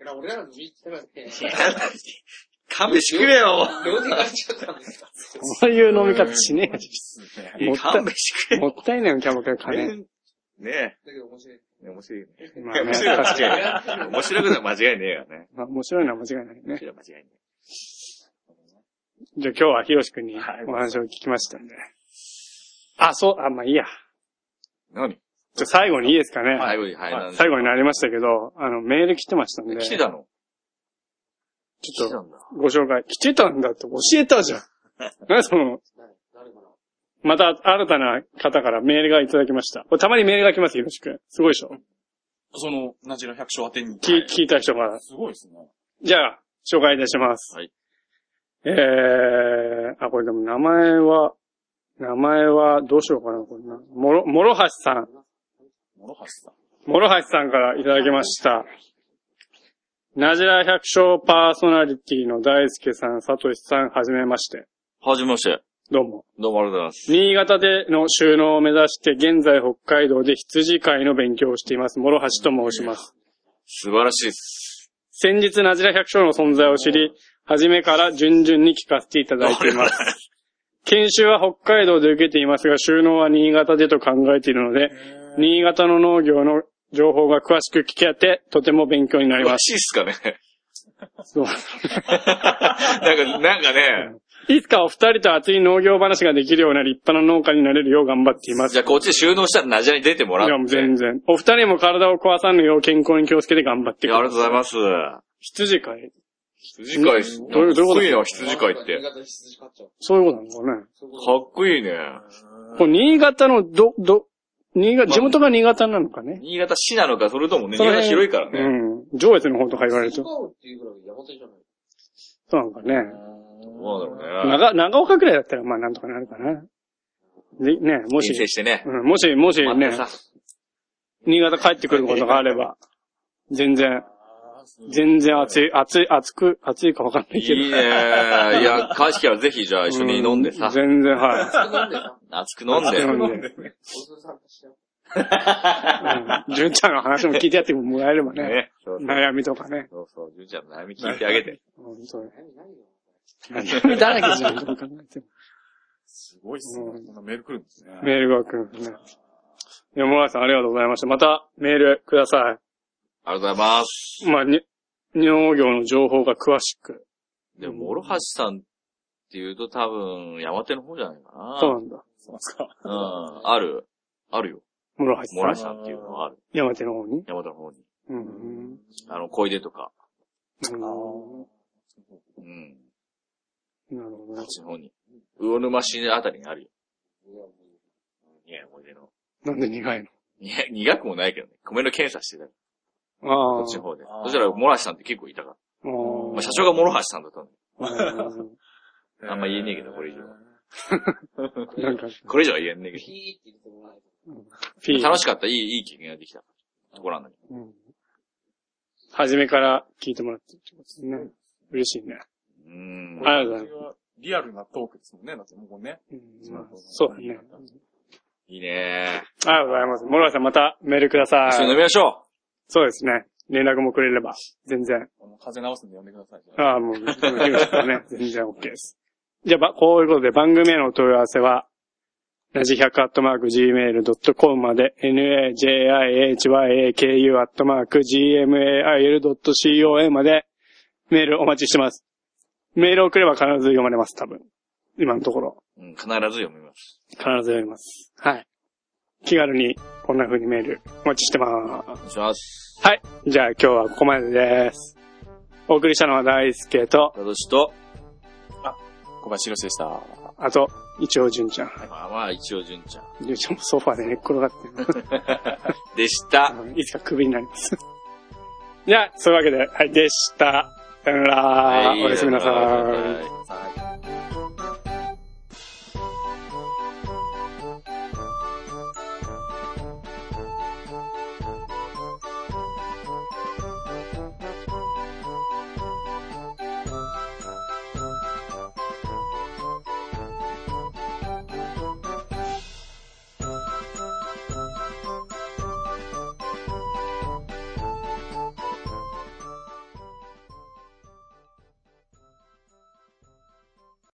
A: いや、俺らの見たらね、
C: 勘弁してくれよ
A: 両手がいちゃったんですか
B: そういう飲み方しねえじ
C: い
B: も
C: や
B: ったい
C: 勘弁して
B: ゃん。もったいないよ、キャバクラ
C: くれ
B: 金。。
C: ね
A: だけど面白い。
C: え。ね面白いよね。
B: まあね、
C: 面 白い
B: 確かに。
C: 面白いことは間違いねえよね。
B: まあ面白いのは間違いない
C: 面
B: ね。
C: 白い間違いね
B: じゃあ今日はひろしくんに
D: はい
B: お話を聞きましたんで。あ、そう、あ、まあいいや。
C: え。何
B: じゃあ最後にいいですかね。
C: 最後に、はい、
D: はい
C: なんで
B: 最後になりましたけど、あの、メール来てましたんで。
C: 来てたの
B: ちょっと
C: たんだ。
B: ご紹介。来てたんだって教えた じゃん。なんでその、
A: 誰誰かな
B: また新たな方からメールがいただきました。これたまにメールが来ます、ひろしくん。すごいでしょ
D: その、ナジラ百姓宛てに。
B: 聞聞いた人から。
D: すごいですね。
B: じゃあ、紹介いたします。
C: はい。
B: えー、あ、これでも名前は、名前はどうしようかな、これな。もろ、もろはしさん。
D: 諸橋さん。
B: もろはしさんからいただきました。なじら百姓パーソナリティの大輔さん、さとしさん、はじめまして。
C: はじめまして。
B: どうも。
C: どうもありがとうございます。
B: 新潟での収納を目指して、現在北海道で羊飼いの勉強をしています。諸橋と申します。
C: 素晴らしいです。
B: 先日、ナジラ百姓の存在を知り、初めから順々に聞かせていただいています。研修は北海道で受けていますが、収納は新潟でと考えているので、新潟の農業の情報が詳しく聞けて、とても勉強になり
C: 素晴ら
B: ま
C: しいっすかね。
B: す。そう
C: なんか、なんかね、
B: いつかお二人と熱い農業話ができるような立派な農家になれるよう頑張っています。
C: じゃあこっち収納したらナジャに出てもらっ
B: い
C: て。
B: や、もう全然。お二人も体を壊さぬよう健康に気をつけて頑張って
C: い
B: ください。
C: や、ありがとうございます。
B: 羊飼い。
C: 羊飼いっす。
B: どういうどういうこと
C: かっこいいな、羊飼いって。か
A: 新潟で羊飼っちゃう。
B: そういうことなのかね。
A: そういうこ
C: っこいいね。
B: これ新潟のど、ど、新潟、地元が新潟なのかね。
C: 新潟市なのか、それともね、
B: そ
C: 新
B: の
C: 潟
B: 辺
C: 広いからね。
B: うん。上越の方と
A: と
B: か言われる
A: 羊
B: と。
A: 飼うっていうぐらい山手じゃない。
B: そうなのかね。
C: どうなんだろうね。
B: 長、長岡くらいだったら、まあなんとかなるかな。で、ね、もし
C: 申、請してね。
B: うん、もし、もし
C: 待っ
B: ね
C: てさ、
B: 新潟帰ってくることがあれば、全然、
D: 然。
B: 全然暑い、暑い、暑く、暑いかわかんない
C: い
B: けど。
C: いね。いや、会社はぜひ、じゃあ一緒に飲んで
B: う
C: さ。
B: 全然、はい。
A: 飲んでさ、
C: 熱く飲ん
B: 熱
C: で。
B: く飲んで
A: お酢参加しちゃう。
B: うん純ちゃんの話も聞いてやってもらえればね。
C: ね。そうそう。
B: 悩みとかね。
C: そうそう。純ちゃんの悩み聞いてあげて。
B: 本当に。
A: 何何よ。
B: 悩みだらけじゃん、どう考えても。
D: すごいっすね。こんなメール来るんですね。
B: メールが来るんですね。いや、もらさんありがとうございました。またメールくださ
C: ありがとうございます。
B: い。まあ、に、農業の情報が詳しく
C: でも、諸橋さんっていうと多分、山手の方じゃないかな。
B: そうなんだ。
D: そうなんですか。
C: うん。ある。あるよ。
B: 室橋
C: 諸橋
B: さん。
C: さんっていうのはある。
B: 山手の方に。
C: 山手の方に。
B: うんうん。
C: あの、小出とか。
B: うん
D: ああ。
C: うん。
B: なるほど
C: あっ
B: ね。
C: ちの方に。魚沼市あたりにあるよ。
A: いやも
C: いや、小出の。
B: なんで苦い
C: いや、苦くもないけどね。米の検査してたよ
B: のああ。
C: こっちの方で
D: あ。ー
C: そしたら、諸橋さんって結構いたから。
B: ああ
C: まあ、社長が諸橋さんだったの。
D: う
C: あんま言えねえけどこれ以上
A: う
B: なんか、
C: これ以上は言えんねえけど。
A: ピーって入れてもらえた。
B: ピー。
C: 楽しかった、いい、いい経験ができた。ところなんだけ
B: うん初めから聞いてもらってるってことですね。嬉しいね。
C: ど。うーん。
B: ありがとうござい
D: ます。リアルなトークですもんね。だってもうね。
B: うん
D: なるほど
B: そうだね。
C: いいね
B: ありがとうございます。諸橋さんまたメールくださ
C: 一緒に飲
B: い。
C: みましょ
B: そうですね。連絡もくれれば。全然。
D: あの風邪直すんで呼んでください。
B: ああ、もう、でもいいですからね。 全然 OK です。じゃあば、こういうことで番組へのお問い合わせは、ラジ100アットマーク gmail.com まで、najihyaku アットマーク gmail.com まで、メールお待ちしてます。メールを送れば必ず読まれます、多分。今のところ。
C: う。うん、必ず読みます。
B: 必ず読みます。はい。気軽にこんな風にメールお待ちしてま
C: お願いします。
B: す。はい。じゃあ今日はここまでです。お送りしたのは大輔と、
C: ただしと、
D: 小林宏でした。
B: あと、一応純ちゃん。
C: まあまあ、一応純ちゃん。
B: 純ちゃんもソファーで寝っ転がってる
C: でした。
B: あの。 いつかクビになります。じゃあ、そういうわけで、はい、でした。さよなら。おやすみなさ。
C: はいい